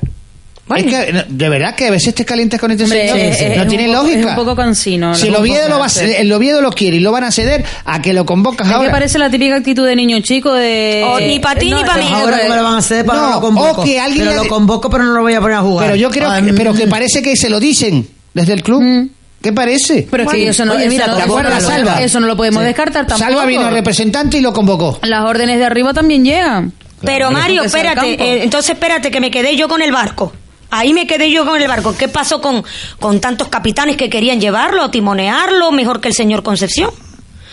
[SPEAKER 5] Bueno.
[SPEAKER 2] Es que, no, de verdad que a veces te calientas con este
[SPEAKER 4] Hombre,
[SPEAKER 2] señor.
[SPEAKER 4] es- es-
[SPEAKER 2] no
[SPEAKER 4] es
[SPEAKER 2] tiene
[SPEAKER 4] un poco-
[SPEAKER 2] lógica.
[SPEAKER 4] es un poco cansino,
[SPEAKER 2] Si
[SPEAKER 4] es
[SPEAKER 2] el
[SPEAKER 4] un
[SPEAKER 2] Oviedo,
[SPEAKER 4] poco
[SPEAKER 2] lo va a
[SPEAKER 4] cansino.
[SPEAKER 2] ceder- el Oviedo lo quiere y lo van a ceder, a que lo convocas
[SPEAKER 4] Es que
[SPEAKER 2] ahora.
[SPEAKER 4] parece la típica actitud de niño chico de...
[SPEAKER 5] O Oh, ni pa' ti ni pa'
[SPEAKER 4] eh,
[SPEAKER 5] mí.
[SPEAKER 3] Ahora cómo lo van a hacer para
[SPEAKER 2] No,
[SPEAKER 3] no, lo convoco.
[SPEAKER 2] o que alguien
[SPEAKER 3] pero
[SPEAKER 2] le-
[SPEAKER 3] lo convoco, pero no lo voy a poner a jugar.
[SPEAKER 2] Pero yo creo
[SPEAKER 3] Ay,
[SPEAKER 2] que, pero que
[SPEAKER 3] mm.
[SPEAKER 2] parece que se lo dicen desde el club. ¿Te parece?
[SPEAKER 4] Mm. Pero es que
[SPEAKER 5] Bueno,
[SPEAKER 4] eso no,
[SPEAKER 2] oye,
[SPEAKER 4] eso
[SPEAKER 2] mira,
[SPEAKER 4] no-
[SPEAKER 2] ¿te acuerdas,
[SPEAKER 4] eso no-
[SPEAKER 2] Salva?
[SPEAKER 4] Eso no lo podemos
[SPEAKER 2] Sí.
[SPEAKER 4] descartar tampoco.
[SPEAKER 2] Salva vino representante y lo convocó.
[SPEAKER 4] Las órdenes de arriba también llegan.
[SPEAKER 5] Pero Mario,
[SPEAKER 4] que sea el
[SPEAKER 5] espérate,
[SPEAKER 4] campo.
[SPEAKER 5] eh, entonces espérate que me quedé yo con el barco. Ahí me quedé yo con el barco. ¿Qué pasó con, con tantos capitanes que querían llevarlo, timonearlo, mejor que el señor Concepción?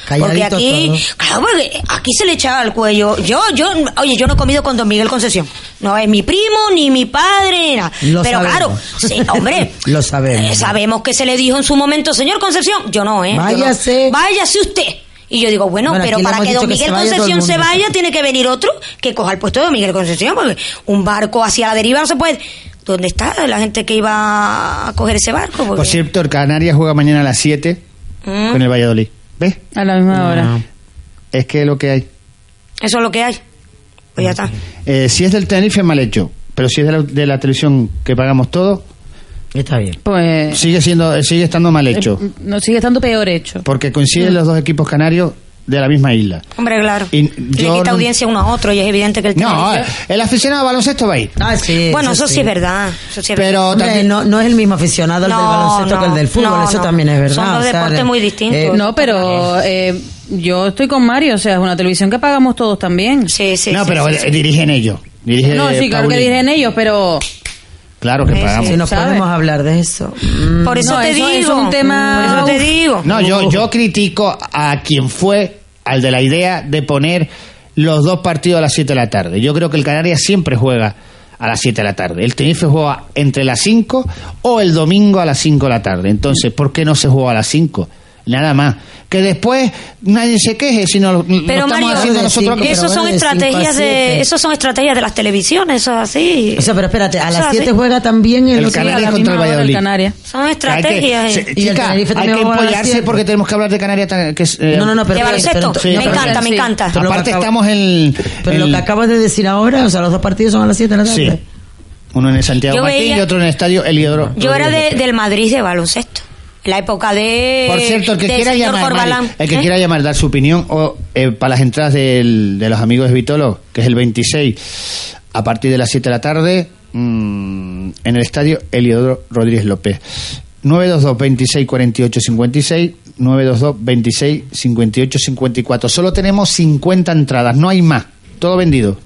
[SPEAKER 5] Porque
[SPEAKER 3] Calladitos
[SPEAKER 5] aquí,
[SPEAKER 3] todos.
[SPEAKER 5] claro, porque aquí se le echaba al cuello. Yo, yo, oye, yo no he comido con don Miguel Concepción. No es mi primo, ni mi padre, nada.
[SPEAKER 3] Lo
[SPEAKER 5] Pero
[SPEAKER 3] sabemos.
[SPEAKER 5] claro, sí, hombre.
[SPEAKER 3] Lo sabemos.
[SPEAKER 5] eh, sabemos que se le dijo en su momento, señor Concepción. Yo no, ¿eh? Yo no.
[SPEAKER 3] Váyase.
[SPEAKER 5] Váyase usted. Y yo digo, bueno,
[SPEAKER 3] Bueno,
[SPEAKER 5] pero
[SPEAKER 3] aquí le
[SPEAKER 5] para
[SPEAKER 3] hemos
[SPEAKER 5] que don
[SPEAKER 3] dicho
[SPEAKER 5] Miguel
[SPEAKER 3] que se vaya todo el
[SPEAKER 5] Concepción se
[SPEAKER 3] mundo.
[SPEAKER 5] vaya, tiene que venir otro que coja el puesto de don Miguel Concepción, porque un barco hacia la deriva no se puede. ¿Dónde está la gente que iba a coger ese barco? Porque-
[SPEAKER 4] Pues
[SPEAKER 2] Por cierto, el Canarias juega mañana a las 7
[SPEAKER 5] Mm,
[SPEAKER 2] con el Valladolid. ¿Ves?
[SPEAKER 4] A la misma hora.
[SPEAKER 3] No.
[SPEAKER 2] Es que es lo que hay.
[SPEAKER 5] Eso es lo que hay. Pues ya está.
[SPEAKER 2] Eh, si es del Tenerife, mal hecho. Pero si es de la, de la televisión que pagamos todo,
[SPEAKER 3] Está bien.
[SPEAKER 4] Pues.
[SPEAKER 2] sigue siendo eh, sigue estando mal hecho.
[SPEAKER 4] eh, No sigue estando peor hecho.
[SPEAKER 2] Porque coinciden los dos equipos canarios de la misma isla.
[SPEAKER 5] Hombre, claro.
[SPEAKER 2] Y yo
[SPEAKER 5] le quita
[SPEAKER 2] no-
[SPEAKER 5] audiencia uno a otro y es evidente que el
[SPEAKER 2] No, eh,
[SPEAKER 5] Tenerife-
[SPEAKER 2] el aficionado a baloncesto va a ir.
[SPEAKER 3] Ah, sí.
[SPEAKER 5] Bueno, eso sí es verdad. Ah, Eso sí es verdad.
[SPEAKER 2] Pero
[SPEAKER 3] Hombre,
[SPEAKER 2] también...
[SPEAKER 3] no, no es el mismo aficionado al del
[SPEAKER 5] No,
[SPEAKER 3] baloncesto que el
[SPEAKER 5] no,
[SPEAKER 3] del fútbol,
[SPEAKER 5] no,
[SPEAKER 3] eso
[SPEAKER 5] no.
[SPEAKER 3] también es verdad.
[SPEAKER 5] Son dos
[SPEAKER 3] o sea, eh,
[SPEAKER 5] deportes
[SPEAKER 3] de-
[SPEAKER 5] muy distintos.
[SPEAKER 4] No, pero eh, yo estoy con Mario, o sea, es una televisión que pagamos todos también.
[SPEAKER 5] Sí, sí.
[SPEAKER 2] no,
[SPEAKER 5] sí,
[SPEAKER 2] pero
[SPEAKER 5] sí,
[SPEAKER 2] eh,
[SPEAKER 5] sí.
[SPEAKER 2] dirigen ellos. Dirige
[SPEAKER 3] eh,
[SPEAKER 4] No, sí, claro que
[SPEAKER 2] Paulino.
[SPEAKER 4] dirigen Eh, ellos, pero.
[SPEAKER 2] Claro que
[SPEAKER 5] Sí, sí.
[SPEAKER 2] pagamos.
[SPEAKER 3] si nos
[SPEAKER 4] ¿sabe?
[SPEAKER 3] podemos hablar de eso. Mm.
[SPEAKER 5] Por eso
[SPEAKER 4] No,
[SPEAKER 5] te
[SPEAKER 4] eso-
[SPEAKER 5] digo.
[SPEAKER 4] eso es un tema-
[SPEAKER 5] Por eso te
[SPEAKER 4] Uf.
[SPEAKER 5] digo.
[SPEAKER 2] No, yo, yo critico a quien fue al de la idea de poner los dos partidos a las 7 de la tarde. Yo creo que el Canarias siempre juega a las 7 de la tarde. El Tenerife juega entre las 5 o el domingo a las 5 de la tarde. Entonces, ¿por qué no se juega a las 5? Nada más. Que después nadie se queje si no lo, lo
[SPEAKER 5] Pero
[SPEAKER 2] estamos
[SPEAKER 5] Mario,
[SPEAKER 2] haciendo nosotros.
[SPEAKER 3] cinco,
[SPEAKER 5] eso
[SPEAKER 3] pero
[SPEAKER 5] son
[SPEAKER 3] bueno, de cinco a
[SPEAKER 5] estrategias de,
[SPEAKER 3] siete.
[SPEAKER 5] eso son estrategias de las televisiones, eso es así.
[SPEAKER 3] O sea, pero espérate, a
[SPEAKER 5] Eso es
[SPEAKER 3] las
[SPEAKER 5] así.
[SPEAKER 3] 7 juega también
[SPEAKER 2] El
[SPEAKER 3] el,
[SPEAKER 4] Sí, a
[SPEAKER 2] Canarias
[SPEAKER 4] la
[SPEAKER 2] contra
[SPEAKER 4] misma
[SPEAKER 2] el
[SPEAKER 4] hora del
[SPEAKER 2] Valladolid.
[SPEAKER 4] Canarias.
[SPEAKER 5] Son
[SPEAKER 2] Hay que,
[SPEAKER 5] estrategias. eh.
[SPEAKER 2] se-
[SPEAKER 3] Y el
[SPEAKER 2] chica, hay
[SPEAKER 3] Tenerife también
[SPEAKER 2] que
[SPEAKER 3] juega a las
[SPEAKER 2] empollarse
[SPEAKER 3] siete.
[SPEAKER 2] porque tenemos que hablar de Canarias. tan- Que es, eh,
[SPEAKER 3] No, no, no, pero
[SPEAKER 5] de
[SPEAKER 3] espérate,
[SPEAKER 5] baloncesto.
[SPEAKER 3] pero- no,
[SPEAKER 5] me
[SPEAKER 3] pero-
[SPEAKER 5] encanta, me
[SPEAKER 4] sí.
[SPEAKER 5] encanta.
[SPEAKER 3] Pero lo
[SPEAKER 2] Aparte
[SPEAKER 3] que acabo-
[SPEAKER 2] estamos en...
[SPEAKER 3] Pero lo
[SPEAKER 2] en-
[SPEAKER 3] que acabas de decir ahora, o sea, los dos partidos son a las 7 de la tarde.
[SPEAKER 2] Sí. Uno en el Santiago
[SPEAKER 5] Yo
[SPEAKER 2] Martín
[SPEAKER 5] veía-
[SPEAKER 2] y otro en el estadio Eliodoro.
[SPEAKER 5] Yo era de- del Madrid de baloncesto. La época Eh, de
[SPEAKER 2] Por cierto, el que
[SPEAKER 5] del
[SPEAKER 2] quiera
[SPEAKER 5] señor
[SPEAKER 2] llamar, Mari,
[SPEAKER 5] Corbalán.
[SPEAKER 2] el que
[SPEAKER 5] ¿Eh?
[SPEAKER 2] quiera llamar, dar su opinión o eh, para las entradas del- de los amigos de Vitolo, que es el 26, a partir de las 7 de la tarde, mm, en el estadio Eliodoro Rodríguez López. 922 26 48 56 922 26 58 54. Solo tenemos 50 entradas, no hay más. Todo vendido.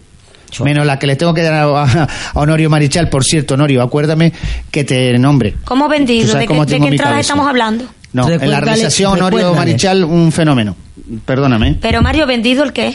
[SPEAKER 2] Menos la que le tengo que dar a, a- a Honorio Marichal, por cierto, Honorio, acuérdame que te nombre.
[SPEAKER 5] ¿Cómo
[SPEAKER 2] Tú
[SPEAKER 5] vendido?
[SPEAKER 2] sabes
[SPEAKER 5] ¿De, qué-
[SPEAKER 2] cómo
[SPEAKER 5] de
[SPEAKER 2] tengo
[SPEAKER 5] qué
[SPEAKER 2] mi
[SPEAKER 5] entradas
[SPEAKER 2] cabeza.
[SPEAKER 5] estamos hablando?
[SPEAKER 2] No, en la
[SPEAKER 3] Recuérdale,
[SPEAKER 2] realización Honorio
[SPEAKER 3] recuérdale.
[SPEAKER 2] Marichal, un fenómeno. Perdóname.
[SPEAKER 5] Pero Mario, ¿vendido el qué?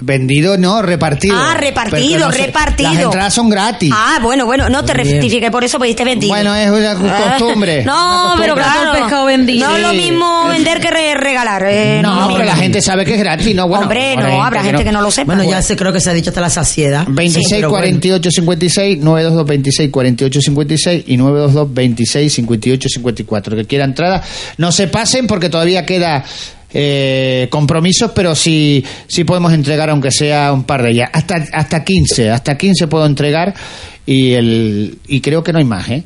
[SPEAKER 2] Vendido, no, repartido.
[SPEAKER 5] Ah,
[SPEAKER 2] Pero
[SPEAKER 5] repartido,
[SPEAKER 2] no sé,
[SPEAKER 5] repartido.
[SPEAKER 2] Las entradas son gratis.
[SPEAKER 5] Ah, bueno, bueno, no te
[SPEAKER 3] Muy bien.
[SPEAKER 5] rectifique, por eso pediste vendido.
[SPEAKER 2] Bueno, es una
[SPEAKER 5] Ah,
[SPEAKER 2] costumbre.
[SPEAKER 5] No, pero claro.
[SPEAKER 4] Todo pescado vendido.
[SPEAKER 5] No es lo
[SPEAKER 2] Sí.
[SPEAKER 5] mismo vender que re- regalar. eh, no es
[SPEAKER 2] no,
[SPEAKER 5] lo
[SPEAKER 2] pero la
[SPEAKER 5] mismo.
[SPEAKER 2] gente sabe que es gratis. No, bueno,
[SPEAKER 5] Hombre,
[SPEAKER 2] habrá
[SPEAKER 5] no, habrá gente que no lo sepa. pues.
[SPEAKER 3] Bueno, ya se creo que se ha dicho hasta la saciedad.
[SPEAKER 2] 26
[SPEAKER 3] Sí, pero bueno.
[SPEAKER 2] 48 56 922 26 48 56 y 922 26 58 54 que quiera entrada no se pasen porque todavía queda eh, compromisos pero sí sí podemos entregar aunque sea un par de ellas hasta hasta 15 hasta 15 puedo entregar y el y creo que no hay más eh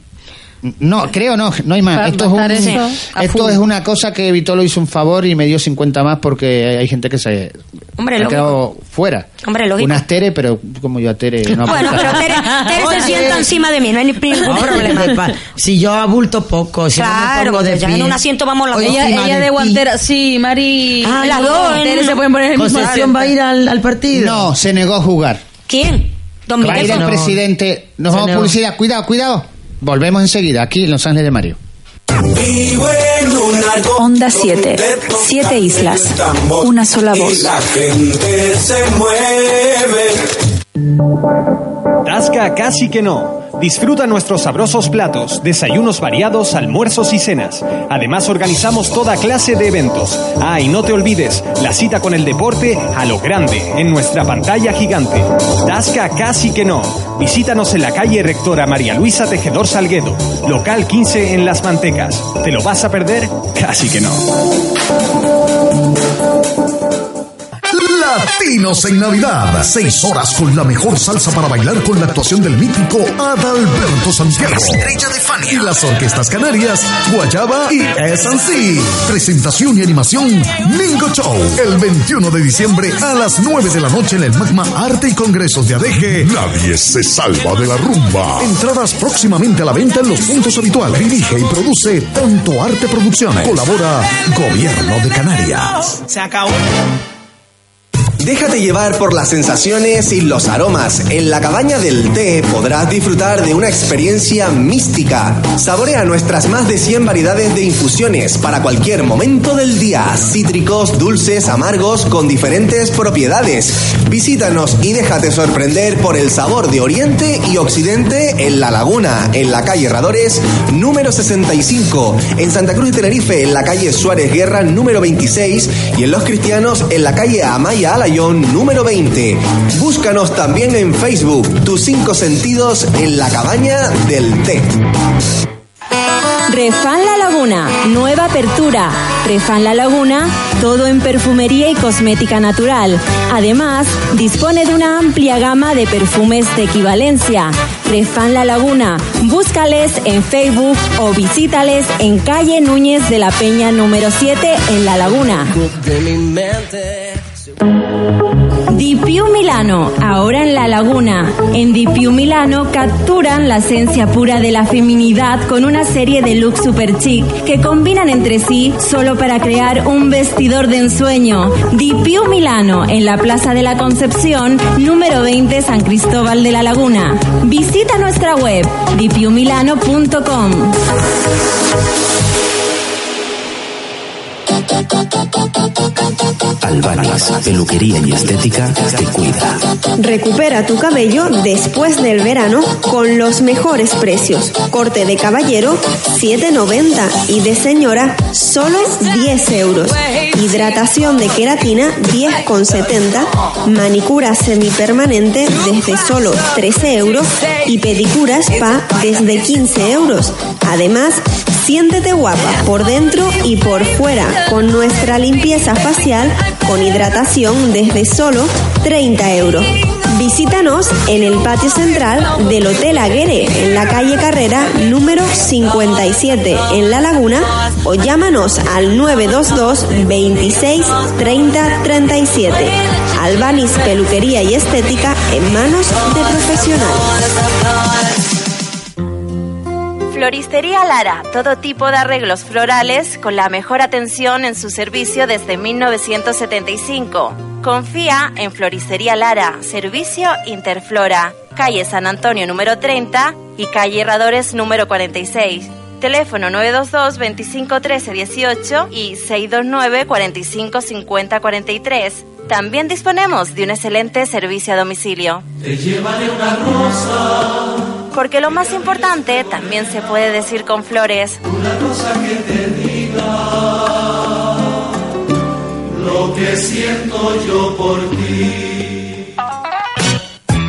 [SPEAKER 2] no, creo no, no hay
[SPEAKER 4] Va-
[SPEAKER 2] más. Esto es,
[SPEAKER 4] va a
[SPEAKER 2] un-
[SPEAKER 4] estar eso a
[SPEAKER 2] esto
[SPEAKER 4] full.
[SPEAKER 2] es una cosa que Vitolo hizo un favor y me dio 50 más porque hay gente que se
[SPEAKER 5] Hombre,
[SPEAKER 2] ha
[SPEAKER 5] lógico.
[SPEAKER 2] quedado fuera.
[SPEAKER 5] Hombre, lógico.
[SPEAKER 2] Unas Tere, pero como yo a Tere no
[SPEAKER 5] Bueno, pero
[SPEAKER 2] apuntaba.
[SPEAKER 5] Tere, Tere
[SPEAKER 3] Oye.
[SPEAKER 5] se sienta encima de mí, no hay ni- ningún
[SPEAKER 3] Ahora, de
[SPEAKER 5] problema.
[SPEAKER 3] pa- Si yo abulto poco, si
[SPEAKER 5] Claro,
[SPEAKER 3] no me pongo de
[SPEAKER 5] ya en
[SPEAKER 3] pie.
[SPEAKER 5] un asiento vamos las
[SPEAKER 3] Oye,
[SPEAKER 5] dos.
[SPEAKER 4] Ella,
[SPEAKER 3] encima
[SPEAKER 4] ella
[SPEAKER 3] de
[SPEAKER 4] de
[SPEAKER 3] ti.
[SPEAKER 4] guantera, sí, Mari.
[SPEAKER 5] Ah, las
[SPEAKER 4] de
[SPEAKER 5] dos,
[SPEAKER 4] guantera
[SPEAKER 5] en-
[SPEAKER 4] se pueden poner en el mismo
[SPEAKER 3] Concepción
[SPEAKER 4] asiento.
[SPEAKER 3] va a ir al, al partido.
[SPEAKER 2] No, se negó a jugar.
[SPEAKER 5] ¿Quién? Don
[SPEAKER 2] Va a ir
[SPEAKER 5] Miguel.
[SPEAKER 2] el
[SPEAKER 3] no.
[SPEAKER 2] presidente. Nos
[SPEAKER 3] Se
[SPEAKER 2] vamos a
[SPEAKER 3] negó.
[SPEAKER 2] publicidad. Cuidado, cuidado. Volvemos enseguida aquí en Los Ángeles de Mario.
[SPEAKER 6] Onda 7. Siete islas. Una sola voz.
[SPEAKER 7] La gente se mueve.
[SPEAKER 1] Tasca casi que no. Disfruta nuestros sabrosos platos, desayunos variados, almuerzos y cenas. Además organizamos toda clase de eventos. Ah, y no te olvides, la cita con el deporte a lo grande, en nuestra pantalla gigante. Tasca casi que no. Visítanos en la calle Rectora María Luisa Tejedor Salguedo, local 15 en Las Mantecas. ¿Te lo vas a perder? Casi que no.
[SPEAKER 7] La
[SPEAKER 8] Latinos en Navidad. Seis horas con la mejor salsa para bailar con la actuación del mítico Adalberto Santiago. Estrella de Fania. Y las orquestas canarias, Guayaba y S&C. Presentación y animación, Mingo Show. El 21 de diciembre a las 9 de la noche en el Magma Arte y Congresos de Adeje.
[SPEAKER 9] Nadie se salva de la rumba.
[SPEAKER 8] Entradas próximamente a la venta en los puntos habituales. Dirige y produce Tanto Arte Producciones. Colabora Gobierno de Canarias.
[SPEAKER 10] Se acabó.
[SPEAKER 11] Déjate llevar por las sensaciones y los aromas. En la cabaña del té podrás disfrutar de una experiencia mística. Saborea nuestras más de 100 variedades de infusiones para cualquier momento del día. Cítricos, dulces, amargos con diferentes propiedades. Visítanos y déjate sorprender por el sabor de Oriente y Occidente en La Laguna, en la calle Radores número 65, en Santa Cruz de Tenerife en la calle Suárez Guerra número 26 y en Los Cristianos en la calle Amaya Alay número 20. Búscanos también en Facebook, Tus Cinco Sentidos en la Cabaña del Té.
[SPEAKER 12] Refan La Laguna, nueva apertura. Refan La Laguna, todo en perfumería y cosmética natural. Además, dispone de una amplia gama de perfumes de equivalencia. Refan La Laguna, búscales en Facebook o visítales en calle Núñez de la Peña número 7 en La Laguna. Dipiu Milano, ahora en La Laguna. En Dipiu Milano capturan la esencia pura de la feminidad con una serie de looks super chic que combinan entre sí solo para crear un vestidor de ensueño. Dipiu Milano, en la Plaza de la Concepción, número 20 San Cristóbal de La Laguna. Visita nuestra web dipiumilano.com.
[SPEAKER 13] Albanes, peluquería y estética te cuida.
[SPEAKER 14] Recupera tu cabello después del verano con los mejores precios. Corte de caballero 7.90 y de señora solo 10 euros. Hidratación de queratina 10.70. Manicura semipermanente desde solo 13 euros y pedicura spa desde 15 euros. Además, siéntete guapa por dentro y por fuera con nuestra limpieza facial con hidratación desde solo 30 euros. Visítanos en el patio central del Hotel Aguere, en la calle Carrera número 57, en La Laguna, o llámanos al 922 26 30 37. Albanis Peluquería y Estética en manos de profesionales.
[SPEAKER 15] Floristería Lara, todo tipo de arreglos florales con la mejor atención en su servicio desde 1975. Confía en Floristería Lara, servicio Interflora, calle San Antonio número 30 y calle Herradores número 46. Teléfono 922 25 13 18 y 629 45 50 43. También disponemos de un excelente servicio a domicilio.
[SPEAKER 16] Te llevaré una rosa.
[SPEAKER 15] Porque lo más importante también se puede decir con flores.
[SPEAKER 16] Una cosa que te diga lo que siento yo por ti.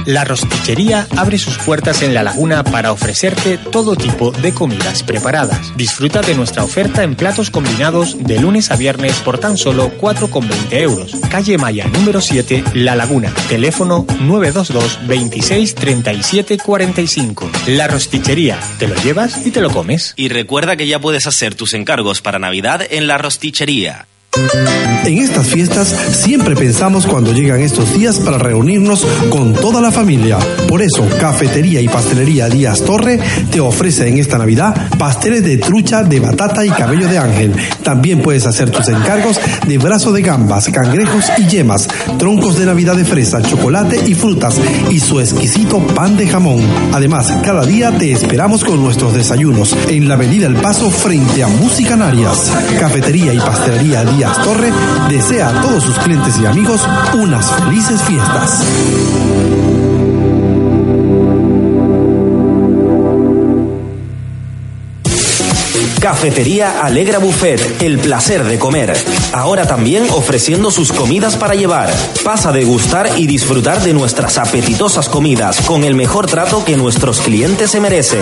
[SPEAKER 17] La Rostichería abre sus puertas en La Laguna para ofrecerte todo tipo de comidas preparadas. Disfruta de nuestra oferta en platos combinados de lunes a viernes por tan solo 4,20 euros. Calle Maya número 7, La Laguna. Teléfono 922 26 37 45. La Rostichería. Te lo llevas y te lo comes.
[SPEAKER 18] Y recuerda que ya puedes hacer tus encargos para Navidad en La Rostichería.
[SPEAKER 19] En estas fiestas siempre pensamos cuando llegan estos días para reunirnos con toda la familia. Por eso, Cafetería y Pastelería Díaz Torre te ofrece en esta Navidad pasteles de trucha, de batata y cabello de ángel. También puedes hacer tus encargos de brazo de gambas, cangrejos y yemas, troncos de Navidad de fresa, chocolate y frutas y su exquisito pan de jamón. Además, cada día te esperamos con nuestros desayunos en la Avenida El Paso frente a Musicanarias. Cafetería y Pastelería Díaz Torre desea a todos sus clientes y amigos unas felices fiestas.
[SPEAKER 18] Cafetería Alegra Buffet, el placer de comer. Ahora también ofreciendo sus comidas para llevar. Pasa a degustar y disfrutar de nuestras apetitosas comidas con el mejor trato que nuestros clientes se merecen.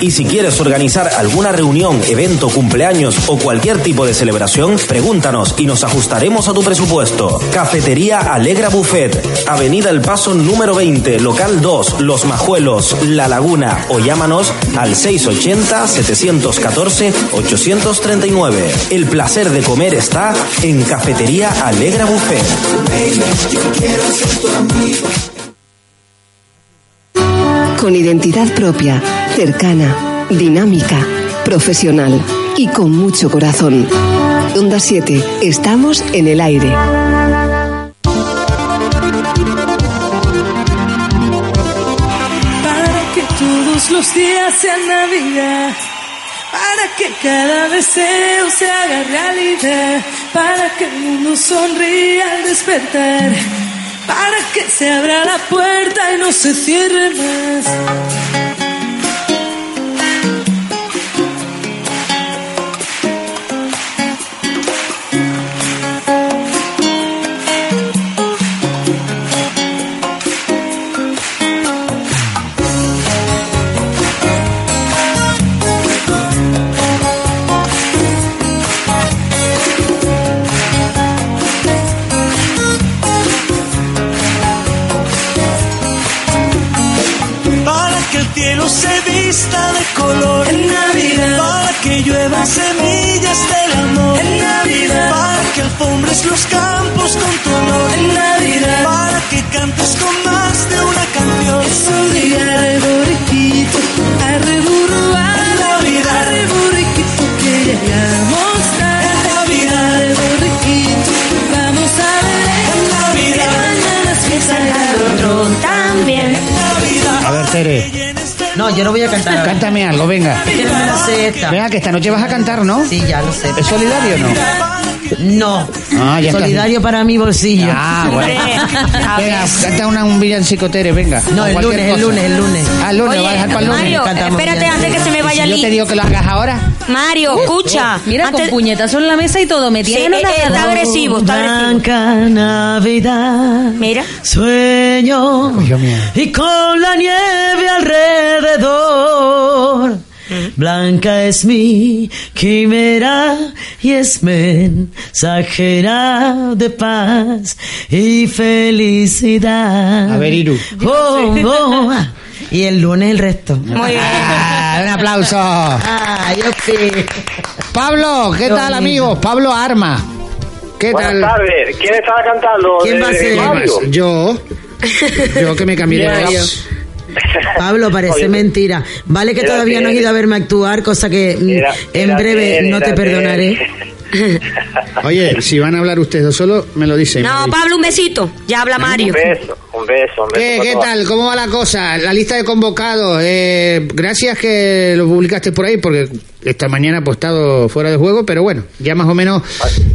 [SPEAKER 18] Y si quieres organizar alguna reunión, evento, cumpleaños o cualquier tipo de celebración, pregúntanos y nos ajustaremos a tu presupuesto. Cafetería Alegra Buffet, Avenida El Paso número 20, local 2, Los Majuelos, La Laguna o llámanos al 680-714-839. El placer de comer está en Cafetería Alegra Buffet.
[SPEAKER 10] Con identidad propia, cercana, dinámica, profesional y con mucho corazón. Onda 7, estamos en el aire.
[SPEAKER 20] Para que todos los días sean Navidad. Para que cada deseo se haga realidad. Para que el mundo sonría al despertar. Para que se abra la puerta y no se cierre más.
[SPEAKER 21] para que el cielo se vista de color
[SPEAKER 20] En Navidad.
[SPEAKER 21] para que lluevan semillas del amor
[SPEAKER 20] En Navidad.
[SPEAKER 21] para que alfombres los campos con tu honor
[SPEAKER 20] En Navidad.
[SPEAKER 21] para que cantes con más de una canción
[SPEAKER 20] Es un día de borriquito, arreburro,
[SPEAKER 21] Navidad.
[SPEAKER 20] arreburriquito, que llegamos tarde.
[SPEAKER 21] En Navidad.
[SPEAKER 20] De borriquito, vamos a Belén.
[SPEAKER 21] En Navidad.
[SPEAKER 20] Que mañana es fiesta en la Rondón también.
[SPEAKER 2] A ver, Tere.
[SPEAKER 3] No, yo no voy a cantar. ahora.
[SPEAKER 2] Cántame algo, venga.
[SPEAKER 3] Yo no me la sé esta.
[SPEAKER 2] Venga, que esta noche vas a cantar, ¿no?
[SPEAKER 3] Sí, ya lo sé.
[SPEAKER 2] ¿Es solidario o no?
[SPEAKER 3] No.
[SPEAKER 2] Ah, ya está.
[SPEAKER 3] Solidario para mi bolsillo.
[SPEAKER 2] Ah, bueno.
[SPEAKER 5] A ver.
[SPEAKER 2] Venga, canta una, un villancico, Tere, venga.
[SPEAKER 3] No,
[SPEAKER 2] O
[SPEAKER 3] el
[SPEAKER 2] cualquier
[SPEAKER 3] lunes, el
[SPEAKER 2] cosa.
[SPEAKER 3] lunes, el lunes.
[SPEAKER 2] Ah, el lunes,
[SPEAKER 5] Oye,
[SPEAKER 2] va a dejar para el lunes.
[SPEAKER 5] Mario,
[SPEAKER 3] Cantamos
[SPEAKER 5] espérate
[SPEAKER 3] bien.
[SPEAKER 5] antes que se me vaya
[SPEAKER 2] Si
[SPEAKER 5] el
[SPEAKER 2] yo te digo que lo hagas ahora.
[SPEAKER 5] Mario, escucha.
[SPEAKER 4] Mira,
[SPEAKER 5] Antes-
[SPEAKER 4] con puñetazo en la mesa y todo. Me
[SPEAKER 5] Sí,
[SPEAKER 4] tienen
[SPEAKER 5] eh,
[SPEAKER 4] una-
[SPEAKER 5] eh, está agresivo, está agresivo.
[SPEAKER 3] Blanca Navidad.
[SPEAKER 5] Mira.
[SPEAKER 3] Sueño. Y con la nieve alrededor.
[SPEAKER 5] Mm.
[SPEAKER 3] Blanca es mi quimera y es mensajera de paz y felicidad.
[SPEAKER 2] A ver, Iru.
[SPEAKER 3] Oh, oh. Y el lunes el resto.
[SPEAKER 5] Muy bien.
[SPEAKER 2] Ah, un aplauso.
[SPEAKER 3] Ah, yo sí.
[SPEAKER 2] Pablo, ¿qué
[SPEAKER 3] Qué
[SPEAKER 2] tal,
[SPEAKER 3] bonito.
[SPEAKER 2] amigos? Pablo Arma. ¿Qué
[SPEAKER 22] Buenas
[SPEAKER 2] tal?
[SPEAKER 22] tardes. ¿Quién estaba cantando?
[SPEAKER 3] ¿Quién va a
[SPEAKER 22] Eh,
[SPEAKER 3] ser?
[SPEAKER 22] Mario.
[SPEAKER 2] Yo. Yo que me cambié de
[SPEAKER 3] Bien.
[SPEAKER 2] voz.
[SPEAKER 3] Pablo, parece
[SPEAKER 22] Oye,
[SPEAKER 3] mentira. Vale que
[SPEAKER 22] era
[SPEAKER 3] todavía no has
[SPEAKER 22] Tere.
[SPEAKER 3] ido a verme actuar, cosa que mm,
[SPEAKER 22] Era-
[SPEAKER 3] en
[SPEAKER 22] era
[SPEAKER 3] breve
[SPEAKER 22] Tere,
[SPEAKER 3] no te
[SPEAKER 22] era
[SPEAKER 3] perdonaré.
[SPEAKER 2] Oye, si van a hablar ustedes dos solo, me lo dicen.
[SPEAKER 5] No, Pablo, un besito. Ya habla
[SPEAKER 22] Un
[SPEAKER 5] Mario.
[SPEAKER 22] beso, un beso, un beso.
[SPEAKER 2] ¿Qué,
[SPEAKER 22] para
[SPEAKER 2] ¿Qué
[SPEAKER 22] todas.
[SPEAKER 2] tal? ¿Cómo va la cosa? La lista de convocados. eh, gracias que lo publicaste por ahí, porque esta mañana pues, he estado fuera de juego, pero bueno, ya más o menos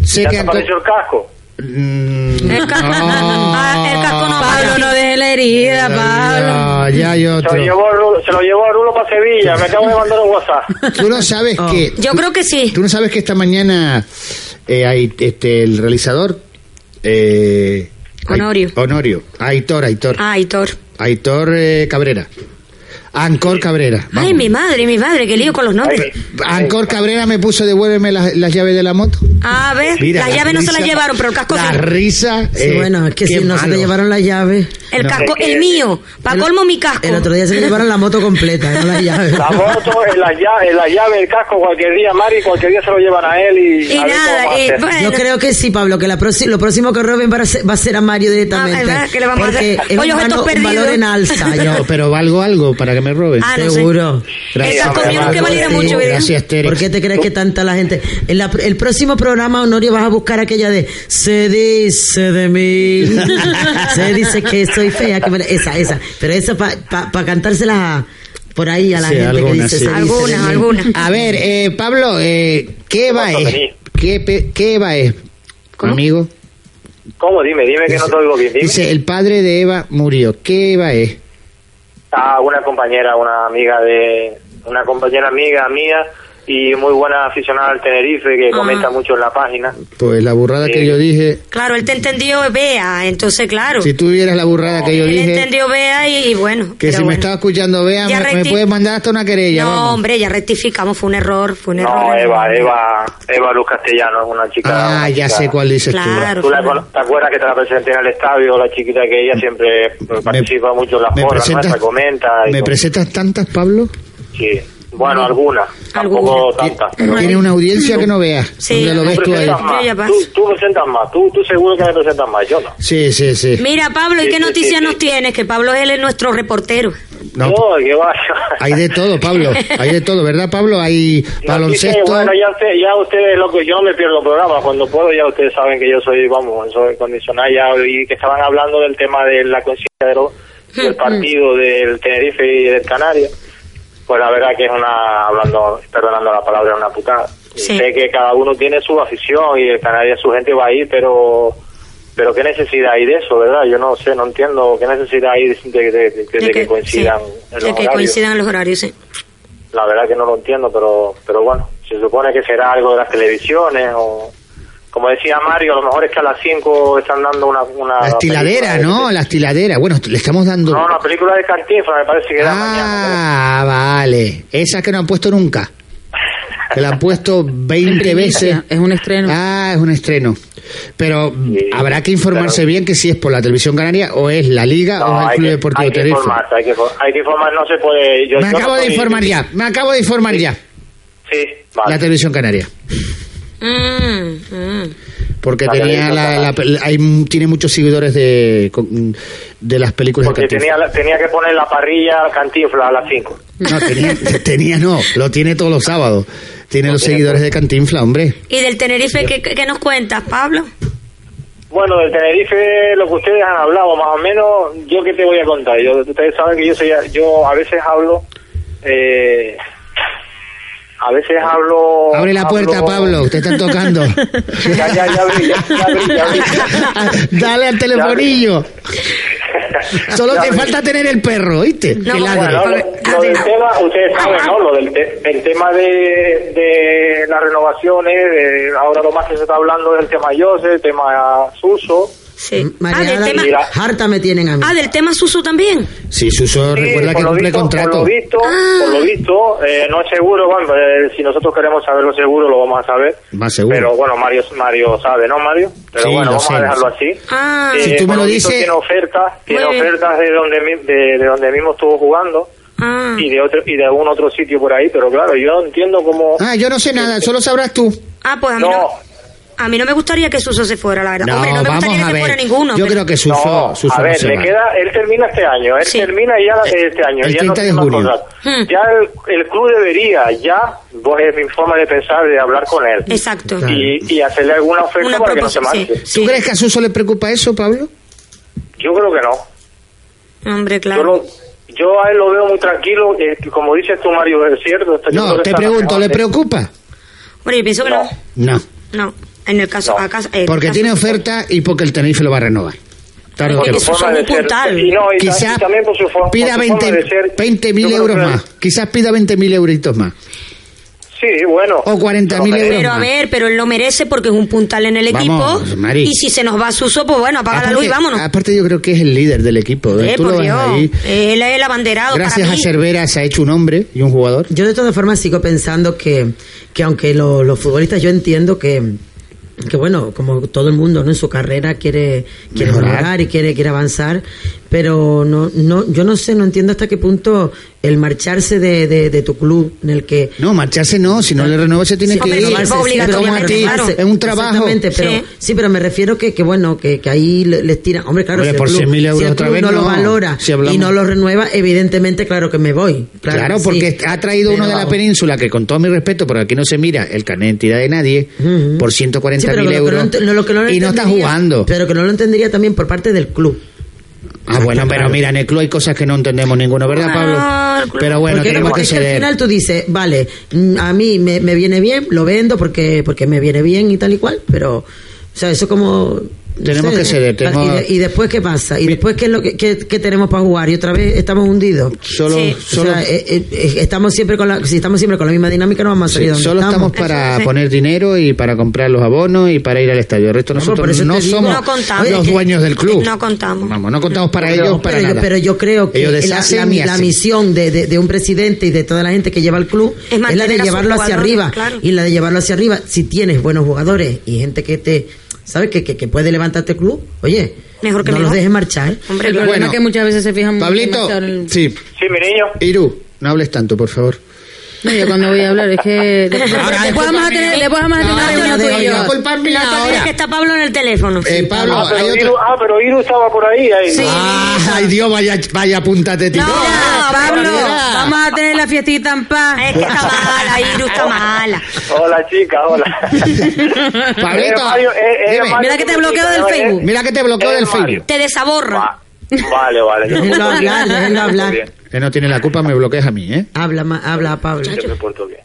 [SPEAKER 2] sé
[SPEAKER 22] ¿Ya
[SPEAKER 2] que...
[SPEAKER 22] te apareció el casco?
[SPEAKER 2] Mm,
[SPEAKER 5] El casco- Ah, el casco no
[SPEAKER 4] Pablo, no deje la herida, Pablo.
[SPEAKER 2] Ah, ya hay
[SPEAKER 22] Se lo,
[SPEAKER 2] otro.
[SPEAKER 22] llevó a Rulo, se lo llevó a Rulo para Sevilla. Me acabo de mandar un WhatsApp.
[SPEAKER 2] Tú no sabes
[SPEAKER 3] Oh.
[SPEAKER 2] que...
[SPEAKER 5] Yo creo que sí.
[SPEAKER 2] Tú no sabes que esta mañana eh, hay, este, el realizador... eh, Ai-
[SPEAKER 5] Honorio. Ah,
[SPEAKER 2] Honorio. Aitor, Aitor.
[SPEAKER 5] Ay, Thor.
[SPEAKER 2] Aitor eh, Cabrera. Ancor Cabrera.
[SPEAKER 5] Ay,
[SPEAKER 2] vamos.
[SPEAKER 5] mi madre, mi madre, qué lío con los nombres.
[SPEAKER 2] Ancor Cabrera me puso devuélveme las, las llaves de la moto.
[SPEAKER 5] A ver,
[SPEAKER 2] Mira,
[SPEAKER 5] Ah, las
[SPEAKER 2] la
[SPEAKER 5] llaves no se
[SPEAKER 2] risa,
[SPEAKER 5] las llevaron, pero el casco
[SPEAKER 2] La
[SPEAKER 5] sí.
[SPEAKER 2] risa.
[SPEAKER 3] Sí,
[SPEAKER 2] eh,
[SPEAKER 3] bueno, es que
[SPEAKER 2] qué
[SPEAKER 3] si no se
[SPEAKER 2] malo.
[SPEAKER 3] te llevaron la llave.
[SPEAKER 5] El
[SPEAKER 2] No.
[SPEAKER 5] casco, el mío. Pa'
[SPEAKER 3] El-
[SPEAKER 5] colmo mi casco.
[SPEAKER 3] El otro día se me llevaron la moto completa, no la llave.
[SPEAKER 22] La moto, en la, llave, en la llave, el casco, cualquier día, Mari, cualquier día se lo llevan a él y.
[SPEAKER 5] Y
[SPEAKER 22] a ver cómo
[SPEAKER 5] nada,
[SPEAKER 22] va a
[SPEAKER 2] eh,
[SPEAKER 5] y
[SPEAKER 22] hacer.
[SPEAKER 5] bueno.
[SPEAKER 3] Yo creo que sí, Pablo, que la próxima- lo próximo que roben va a ser, va a ser a Mario
[SPEAKER 5] Ah,
[SPEAKER 3] directamente.
[SPEAKER 5] ¿verdad? Que le vamos a
[SPEAKER 3] porque
[SPEAKER 5] hacer-
[SPEAKER 3] es
[SPEAKER 5] Oye,
[SPEAKER 3] un,
[SPEAKER 5] objetos
[SPEAKER 3] valo- un
[SPEAKER 5] perdidos.
[SPEAKER 3] valor en alza. yo-
[SPEAKER 2] Pero, pero valgo algo para que me roben.
[SPEAKER 5] Ah, no sé.
[SPEAKER 3] Seguro.
[SPEAKER 5] El casco
[SPEAKER 22] Gracias,
[SPEAKER 5] mío no que valiera
[SPEAKER 3] Sí,
[SPEAKER 5] mucho, ¿verdad?
[SPEAKER 2] Gracias, Tere.
[SPEAKER 3] ¿Por qué te crees que tanta la gente? En la- el próximo programa, Honorio, vas a buscar aquella de Se dice de mí. se dice que soy fea. que me- Esa, esa. Pero esa para pa, pa cantárselas a- por ahí a la
[SPEAKER 2] Sí,
[SPEAKER 3] gente que
[SPEAKER 2] alguna,
[SPEAKER 3] dice
[SPEAKER 2] sí.
[SPEAKER 3] "Se dice de
[SPEAKER 5] Alguna,
[SPEAKER 3] mí".
[SPEAKER 5] alguna.
[SPEAKER 2] A ver, eh, Pablo, eh, ¿qué va
[SPEAKER 22] pasa,
[SPEAKER 2] es?
[SPEAKER 22] Denis?
[SPEAKER 2] ¿Qué, pe- qué Eva es, amigo?
[SPEAKER 22] ¿Cómo? Dime, dime que no te oigo bien. Dime.
[SPEAKER 2] Dice, el padre de Eva murió. ¿Qué Eva es?
[SPEAKER 22] a una compañera, una amiga de una compañera amiga mía y muy buena aficionada al Tenerife
[SPEAKER 3] Ah.
[SPEAKER 22] que comenta mucho en la página.
[SPEAKER 2] Pues la burrada que yo dije,
[SPEAKER 5] Claro, él te entendió, vea, entonces claro.
[SPEAKER 2] si tú vieras la burrada que yo
[SPEAKER 5] él
[SPEAKER 2] dije,
[SPEAKER 5] entendió, vea y, y bueno.
[SPEAKER 2] que
[SPEAKER 5] pero
[SPEAKER 2] si me
[SPEAKER 5] bueno.
[SPEAKER 2] estaba escuchando, vea,
[SPEAKER 5] Ya
[SPEAKER 2] me, me
[SPEAKER 5] recti-
[SPEAKER 2] puedes mandar hasta una querella.
[SPEAKER 5] No,
[SPEAKER 2] vamos.
[SPEAKER 5] hombre, ya rectificamos, fue un error, fue un error.
[SPEAKER 22] No, Eva, Eva, Eva Luz Castellano es una chica.
[SPEAKER 2] Ah,
[SPEAKER 22] una
[SPEAKER 2] ya
[SPEAKER 22] chica-
[SPEAKER 2] sé cuál dices tú.
[SPEAKER 5] Claro,
[SPEAKER 22] ¿Tú la cono- ¿Te acuerdas que te la presenté en el estadio? La chiquita que ella siempre eh, participa mucho en las
[SPEAKER 2] me
[SPEAKER 22] porras,
[SPEAKER 2] presentas-
[SPEAKER 22] nuestras, comenta. y
[SPEAKER 2] ¿Me
[SPEAKER 22] todo.
[SPEAKER 2] presentas tantas, Pablo?
[SPEAKER 22] Sí. Bueno, algunas, tampoco tantas. pero-
[SPEAKER 2] Tiene una audiencia que no veas. ¿Dónde lo ves
[SPEAKER 22] Tú
[SPEAKER 2] tú ahí?
[SPEAKER 22] presentas más, tú- tú presentas más, tú, tú seguro que me presentas más, yo no.
[SPEAKER 2] Sí, sí, sí.
[SPEAKER 5] Mira, Pablo, ¿y qué noticias nos tienes? Que Pablo él es nuestro reportero.
[SPEAKER 2] No, pues.
[SPEAKER 22] que va.
[SPEAKER 2] Hay de todo, Pablo. Hay de todo, ¿verdad, Pablo? Hay
[SPEAKER 22] Sí,
[SPEAKER 2] baloncesto.
[SPEAKER 22] bueno, ya, usted- ya ustedes, loco, yo no me pierdo programa. Cuando puedo, ya ustedes saben que yo soy, vamos, soy condicional. Ya, y que estaban hablando del tema de la conciencia de lo- del partido del Tenerife y del Canario. Pues la verdad que es una, hablando, perdonando la palabra, es una putada. Sé que cada uno tiene su afición y el Canario su gente va a ir, pero. Pero qué necesidad hay de eso, ¿verdad? Yo no sé, no entiendo qué necesidad hay de, de- de- de- de que coincidan en
[SPEAKER 5] De
[SPEAKER 22] los
[SPEAKER 5] que
[SPEAKER 22] horarios.
[SPEAKER 5] coincidan los horarios, sí.
[SPEAKER 22] La verdad que no lo entiendo, pero pero bueno, se supone que será algo de las televisiones o... Como decía Mario, a lo mejor es que a las 5 están dando una... una
[SPEAKER 2] Las tiladeras, ¿no? Las tiladeras. Bueno, le estamos dando.
[SPEAKER 22] No, una película de Cantinflas, me parece que era mañana.
[SPEAKER 2] Ah, vale. Esa que no han puesto nunca. Que la han puesto 20 veces.
[SPEAKER 4] Es un estreno.
[SPEAKER 2] Ah, es un estreno. Pero habrá que informarse bien que si es por la televisión canaria o es la Liga o es el
[SPEAKER 22] hay
[SPEAKER 2] Club
[SPEAKER 22] que-
[SPEAKER 2] Deportivo
[SPEAKER 22] hay que
[SPEAKER 2] Tenerife.
[SPEAKER 22] informarse, hay que, for- hay que informar, no se puede... Yo,
[SPEAKER 2] Me
[SPEAKER 22] yo no
[SPEAKER 2] acabo de
[SPEAKER 22] soy-
[SPEAKER 2] informar ya. Me acabo de informar ya.
[SPEAKER 22] Sí,
[SPEAKER 2] La televisión canaria.
[SPEAKER 5] Mm, mm.
[SPEAKER 2] Porque
[SPEAKER 22] La
[SPEAKER 2] tenía
[SPEAKER 22] televisión
[SPEAKER 2] la, la- hay, m- tiene muchos seguidores de, con- de las películas
[SPEAKER 22] porque
[SPEAKER 2] de Cantinflas.
[SPEAKER 22] tenía, la- tenía que poner la parrilla Cantinflas a las 5.
[SPEAKER 2] No, tenía, tenía no, lo tiene todos los sábados. Tiene los seguidores de Cantinfla, hombre.
[SPEAKER 5] ¿Y del Tenerife ¿qué, qué- qué nos cuentas, Pablo?
[SPEAKER 22] Bueno, del Tenerife, lo que ustedes han hablado, más o menos, yo qué te voy a contar. Yo, ustedes saben que yo soy, yo a veces hablo, eh, a veces hablo.
[SPEAKER 2] Abre la
[SPEAKER 22] hablo-
[SPEAKER 2] puerta, Pablo, te están tocando.
[SPEAKER 22] Ya, ya, ya abrí, ya, ya abrí, ya abrí.
[SPEAKER 2] Dale al telefonillo. Solo
[SPEAKER 22] Ya
[SPEAKER 2] te
[SPEAKER 22] abrí.
[SPEAKER 2] falta tener el perro, ¿oíste? que ladre.
[SPEAKER 22] Bueno, lo, lo del tema, ustedes saben, ¿no? Lo del te- el tema de, de las renovaciones, de- ahora lo más que se está hablando es el tema Jose, el tema Suso.
[SPEAKER 5] Sí.
[SPEAKER 3] María,
[SPEAKER 22] Ah, del tema-
[SPEAKER 3] harta me tienen a mí.
[SPEAKER 5] Ah, del tema Suso también.
[SPEAKER 2] Sí, Suso
[SPEAKER 3] recuerda
[SPEAKER 22] por
[SPEAKER 3] que
[SPEAKER 22] lo
[SPEAKER 3] cumple
[SPEAKER 22] visto-
[SPEAKER 3] contrato.
[SPEAKER 22] Por lo visto, por lo visto eh, no es seguro, bueno, eh, si nosotros queremos saberlo seguro, lo vamos a saber.
[SPEAKER 2] Más seguro.
[SPEAKER 22] Pero bueno, Mario Mario sabe, ¿no, Mario? Pero
[SPEAKER 2] Sí,
[SPEAKER 22] bueno,
[SPEAKER 2] lo
[SPEAKER 22] vamos
[SPEAKER 2] sé,
[SPEAKER 22] a
[SPEAKER 2] lo
[SPEAKER 22] dejarlo
[SPEAKER 2] sé.
[SPEAKER 22] así.
[SPEAKER 5] Ah.
[SPEAKER 22] Eh,
[SPEAKER 2] Si tú me
[SPEAKER 22] por
[SPEAKER 2] lo
[SPEAKER 22] visto
[SPEAKER 2] dices-
[SPEAKER 22] Tiene ofertas, tiene
[SPEAKER 2] Muy bien.
[SPEAKER 22] ofertas de donde, mi- de, de donde mismo estuvo jugando
[SPEAKER 5] Ah.
[SPEAKER 22] y de otro y de algún otro sitio por ahí, pero claro, yo no entiendo cómo...
[SPEAKER 2] Ah, yo no sé nada, solo sabrás tú.
[SPEAKER 5] Ah, pues a mí no. A mí no me gustaría que Suso se fuera, la verdad.
[SPEAKER 2] No,
[SPEAKER 5] Hombre, no me
[SPEAKER 2] vamos
[SPEAKER 5] gustaría
[SPEAKER 2] a
[SPEAKER 5] que
[SPEAKER 2] ver.
[SPEAKER 5] se fuera ninguno.
[SPEAKER 2] Yo
[SPEAKER 5] pero-
[SPEAKER 2] creo que Suso,
[SPEAKER 22] No,
[SPEAKER 2] Suso
[SPEAKER 22] a
[SPEAKER 2] no
[SPEAKER 22] ver,
[SPEAKER 2] se
[SPEAKER 22] le
[SPEAKER 2] va.
[SPEAKER 22] queda, él termina este año, él termina ya eh, este año,
[SPEAKER 2] el
[SPEAKER 22] ya
[SPEAKER 2] 30
[SPEAKER 22] no
[SPEAKER 2] de
[SPEAKER 22] firma
[SPEAKER 2] junio.
[SPEAKER 22] contrato. Ya el, el club debería, ya, vos es mi forma de pensar, de hablar con él.
[SPEAKER 5] Exacto.
[SPEAKER 22] Y, y hacerle alguna oferta para que no se marche.
[SPEAKER 2] ¿Tú crees que a Suso le preocupa eso, Pablo?
[SPEAKER 22] Yo creo que no.
[SPEAKER 5] Hombre,
[SPEAKER 22] Yo,
[SPEAKER 5] claro.
[SPEAKER 22] lo- yo a él lo veo muy tranquilo, eh, como dices tú, Mario, es cierto. está- yo creo
[SPEAKER 2] No,
[SPEAKER 22] que
[SPEAKER 2] te
[SPEAKER 22] está
[SPEAKER 2] pregunto,
[SPEAKER 22] mejor.
[SPEAKER 2] ¿le preocupa?
[SPEAKER 5] Bueno, yo pienso que no.
[SPEAKER 2] No,
[SPEAKER 5] No. En el caso. acaso- eh,
[SPEAKER 2] porque
[SPEAKER 5] caso-
[SPEAKER 2] tiene oferta y porque el Tenerife lo va a renovar. Tarde o
[SPEAKER 22] Por su
[SPEAKER 2] temprano.
[SPEAKER 22] forma de ser. Y no, y ta-
[SPEAKER 2] Quizá
[SPEAKER 22] y también por su forma,
[SPEAKER 2] pida 20 mil
[SPEAKER 22] creo
[SPEAKER 2] euros
[SPEAKER 22] que-
[SPEAKER 2] más. Quizás pida 20 mil euritos más.
[SPEAKER 22] Sí, bueno.
[SPEAKER 2] O 40 mil euros
[SPEAKER 5] Pero a
[SPEAKER 2] más.
[SPEAKER 5] ver, pero él lo merece porque es un puntal en el equipo.
[SPEAKER 2] Vamos, Mari.
[SPEAKER 5] Y si se nos va Suso, pues bueno, apaga la luz y vámonos.
[SPEAKER 2] aparte yo creo que es el líder del equipo. ¿eh?
[SPEAKER 5] Eh,
[SPEAKER 2] Tú
[SPEAKER 5] por
[SPEAKER 2] lo ves
[SPEAKER 5] Dios.
[SPEAKER 2] ahí.
[SPEAKER 5] Él es el abanderado
[SPEAKER 2] Gracias
[SPEAKER 5] para
[SPEAKER 2] a
[SPEAKER 5] mí.
[SPEAKER 2] Cervera se ha hecho un hombre y un jugador.
[SPEAKER 3] Yo de todas formas sigo pensando que, que aunque lo- los futbolistas yo entiendo que que bueno, como todo el mundo ¿no? en su carrera quiere, quiere
[SPEAKER 2] Mejorar.
[SPEAKER 3] mejorar. y quiere, quiere avanzar, pero no, no, yo no sé, no entiendo hasta qué punto el marcharse de, de, de tu club en el que...
[SPEAKER 2] No, marcharse no, si no le renueva se tiene que ir. Pero como a ti, Es un trabajo.
[SPEAKER 3] Exactamente, pero, sí. pero me refiero que, que bueno, que, que ahí le- les tiran. Hombre, claro,
[SPEAKER 2] Hombre,
[SPEAKER 3] si el
[SPEAKER 2] por
[SPEAKER 3] club,
[SPEAKER 2] 100.000
[SPEAKER 3] si el
[SPEAKER 2] euros
[SPEAKER 3] club
[SPEAKER 2] otra vez,
[SPEAKER 3] no lo
[SPEAKER 2] no.
[SPEAKER 3] valora
[SPEAKER 2] Si hablamos-
[SPEAKER 3] y no lo renueva, evidentemente, claro que me voy. Claro,
[SPEAKER 2] Claro,
[SPEAKER 3] que sí.
[SPEAKER 2] porque ha traído uno
[SPEAKER 3] Pero
[SPEAKER 2] de la
[SPEAKER 3] vamos.
[SPEAKER 2] península que con todo mi respeto, porque aquí no se mira el cantidad de nadie, por 140
[SPEAKER 3] Sí, pero
[SPEAKER 2] mil
[SPEAKER 3] lo que no
[SPEAKER 2] euros.
[SPEAKER 3] ent- no, lo que no lo
[SPEAKER 2] y no está
[SPEAKER 3] entendería-
[SPEAKER 2] jugando.
[SPEAKER 3] Pero que no lo entendería también por parte del club.
[SPEAKER 2] Ah, bueno, pero mira, en el club hay cosas que no entendemos ninguno, ¿verdad, Pablo? Pero bueno,
[SPEAKER 3] Ah, Porque no,
[SPEAKER 2] tenemos
[SPEAKER 3] porque
[SPEAKER 2] que
[SPEAKER 3] es que al
[SPEAKER 2] ceder.
[SPEAKER 3] final tú dices, vale, mm, a mí me, me viene bien, lo vendo porque porque me viene bien y tal y cual, pero o sea, eso como
[SPEAKER 2] Tenemos
[SPEAKER 3] Sí,
[SPEAKER 2] que ceder.
[SPEAKER 3] Y,
[SPEAKER 2] Tenemos...
[SPEAKER 3] de- y después qué pasa? ¿Y después qué es lo que, qué- qué tenemos para jugar? Y otra vez estamos hundidos.
[SPEAKER 2] Solo- Sí.
[SPEAKER 3] O
[SPEAKER 2] solo-
[SPEAKER 3] sea, eh, eh, eh, estamos siempre con la, si estamos siempre con la misma dinámica, no vamos a
[SPEAKER 2] Sí,
[SPEAKER 3] salir de donde
[SPEAKER 2] solo estamos, para poner dinero y para comprar los abonos y para ir al estadio. El resto
[SPEAKER 3] No, por
[SPEAKER 2] nosotros
[SPEAKER 3] eso
[SPEAKER 2] no,
[SPEAKER 3] te digo.
[SPEAKER 2] somos
[SPEAKER 3] No contamos.
[SPEAKER 2] los
[SPEAKER 3] Oye,
[SPEAKER 2] dueños del club.
[SPEAKER 5] No contamos.
[SPEAKER 2] Vamos, no contamos para
[SPEAKER 3] pero,
[SPEAKER 2] ellos, para
[SPEAKER 3] pero yo-
[SPEAKER 2] nada.
[SPEAKER 3] pero yo creo que
[SPEAKER 2] Ellos
[SPEAKER 3] la-
[SPEAKER 2] deshacen
[SPEAKER 3] la,
[SPEAKER 2] y
[SPEAKER 3] la
[SPEAKER 2] hacen.
[SPEAKER 3] misión de, de- de un presidente y de toda la gente que lleva el club es, la
[SPEAKER 5] mantener
[SPEAKER 3] de
[SPEAKER 5] a sus
[SPEAKER 3] llevarlo hacia
[SPEAKER 5] jugadores,
[SPEAKER 3] arriba.
[SPEAKER 5] claro.
[SPEAKER 3] Y la de llevarlo hacia arriba, si tienes buenos jugadores y gente que te, ¿sabes? Que, que, que puede levantarte el club, oye,
[SPEAKER 4] Mejor que
[SPEAKER 3] no los
[SPEAKER 4] mejor.
[SPEAKER 3] dejes marchar.
[SPEAKER 4] el problema
[SPEAKER 2] bueno.
[SPEAKER 4] es que muchas veces se fijan
[SPEAKER 2] Pablito,
[SPEAKER 4] demasiado en el-
[SPEAKER 2] sí.
[SPEAKER 22] Sí, mi niño.
[SPEAKER 2] Iru, no hables tanto, por favor.
[SPEAKER 4] No, yo cuando voy a hablar es que... Después después vamos a tener después vamos a tener una reunión tú y yo.
[SPEAKER 5] es que está Pablo en el teléfono.
[SPEAKER 2] Eh, Pablo,
[SPEAKER 22] ah, pero
[SPEAKER 2] hay otro-
[SPEAKER 22] Iru, ah, pero Iru estaba por ahí. ahí.
[SPEAKER 2] Ah, ay, Dios, vaya, vaya punta te tiró.
[SPEAKER 4] Pablo, vamos a tener la fiestita en paz. Es que está mala, Iru está mala.
[SPEAKER 22] Hola, chica, hola.
[SPEAKER 4] Pablito,
[SPEAKER 22] Eh, Mario, eh, eh,
[SPEAKER 4] dime.
[SPEAKER 22] Mario,
[SPEAKER 4] Mira que te
[SPEAKER 22] mi
[SPEAKER 4] bloqueo
[SPEAKER 22] chica,
[SPEAKER 4] del
[SPEAKER 22] ¿no?
[SPEAKER 4] Facebook.
[SPEAKER 2] Mira que te bloqueo
[SPEAKER 22] Eh,
[SPEAKER 2] del
[SPEAKER 22] Mario.
[SPEAKER 2] Facebook.
[SPEAKER 4] Te desaborra.
[SPEAKER 22] Vale, vale. yo-
[SPEAKER 3] Déjenlo hablar, déjenlo hablar.
[SPEAKER 2] Que no tiene la culpa, me bloqueas a mí, ¿eh?
[SPEAKER 3] Habla, ma- habla Pablo.
[SPEAKER 22] Yo me porto bien.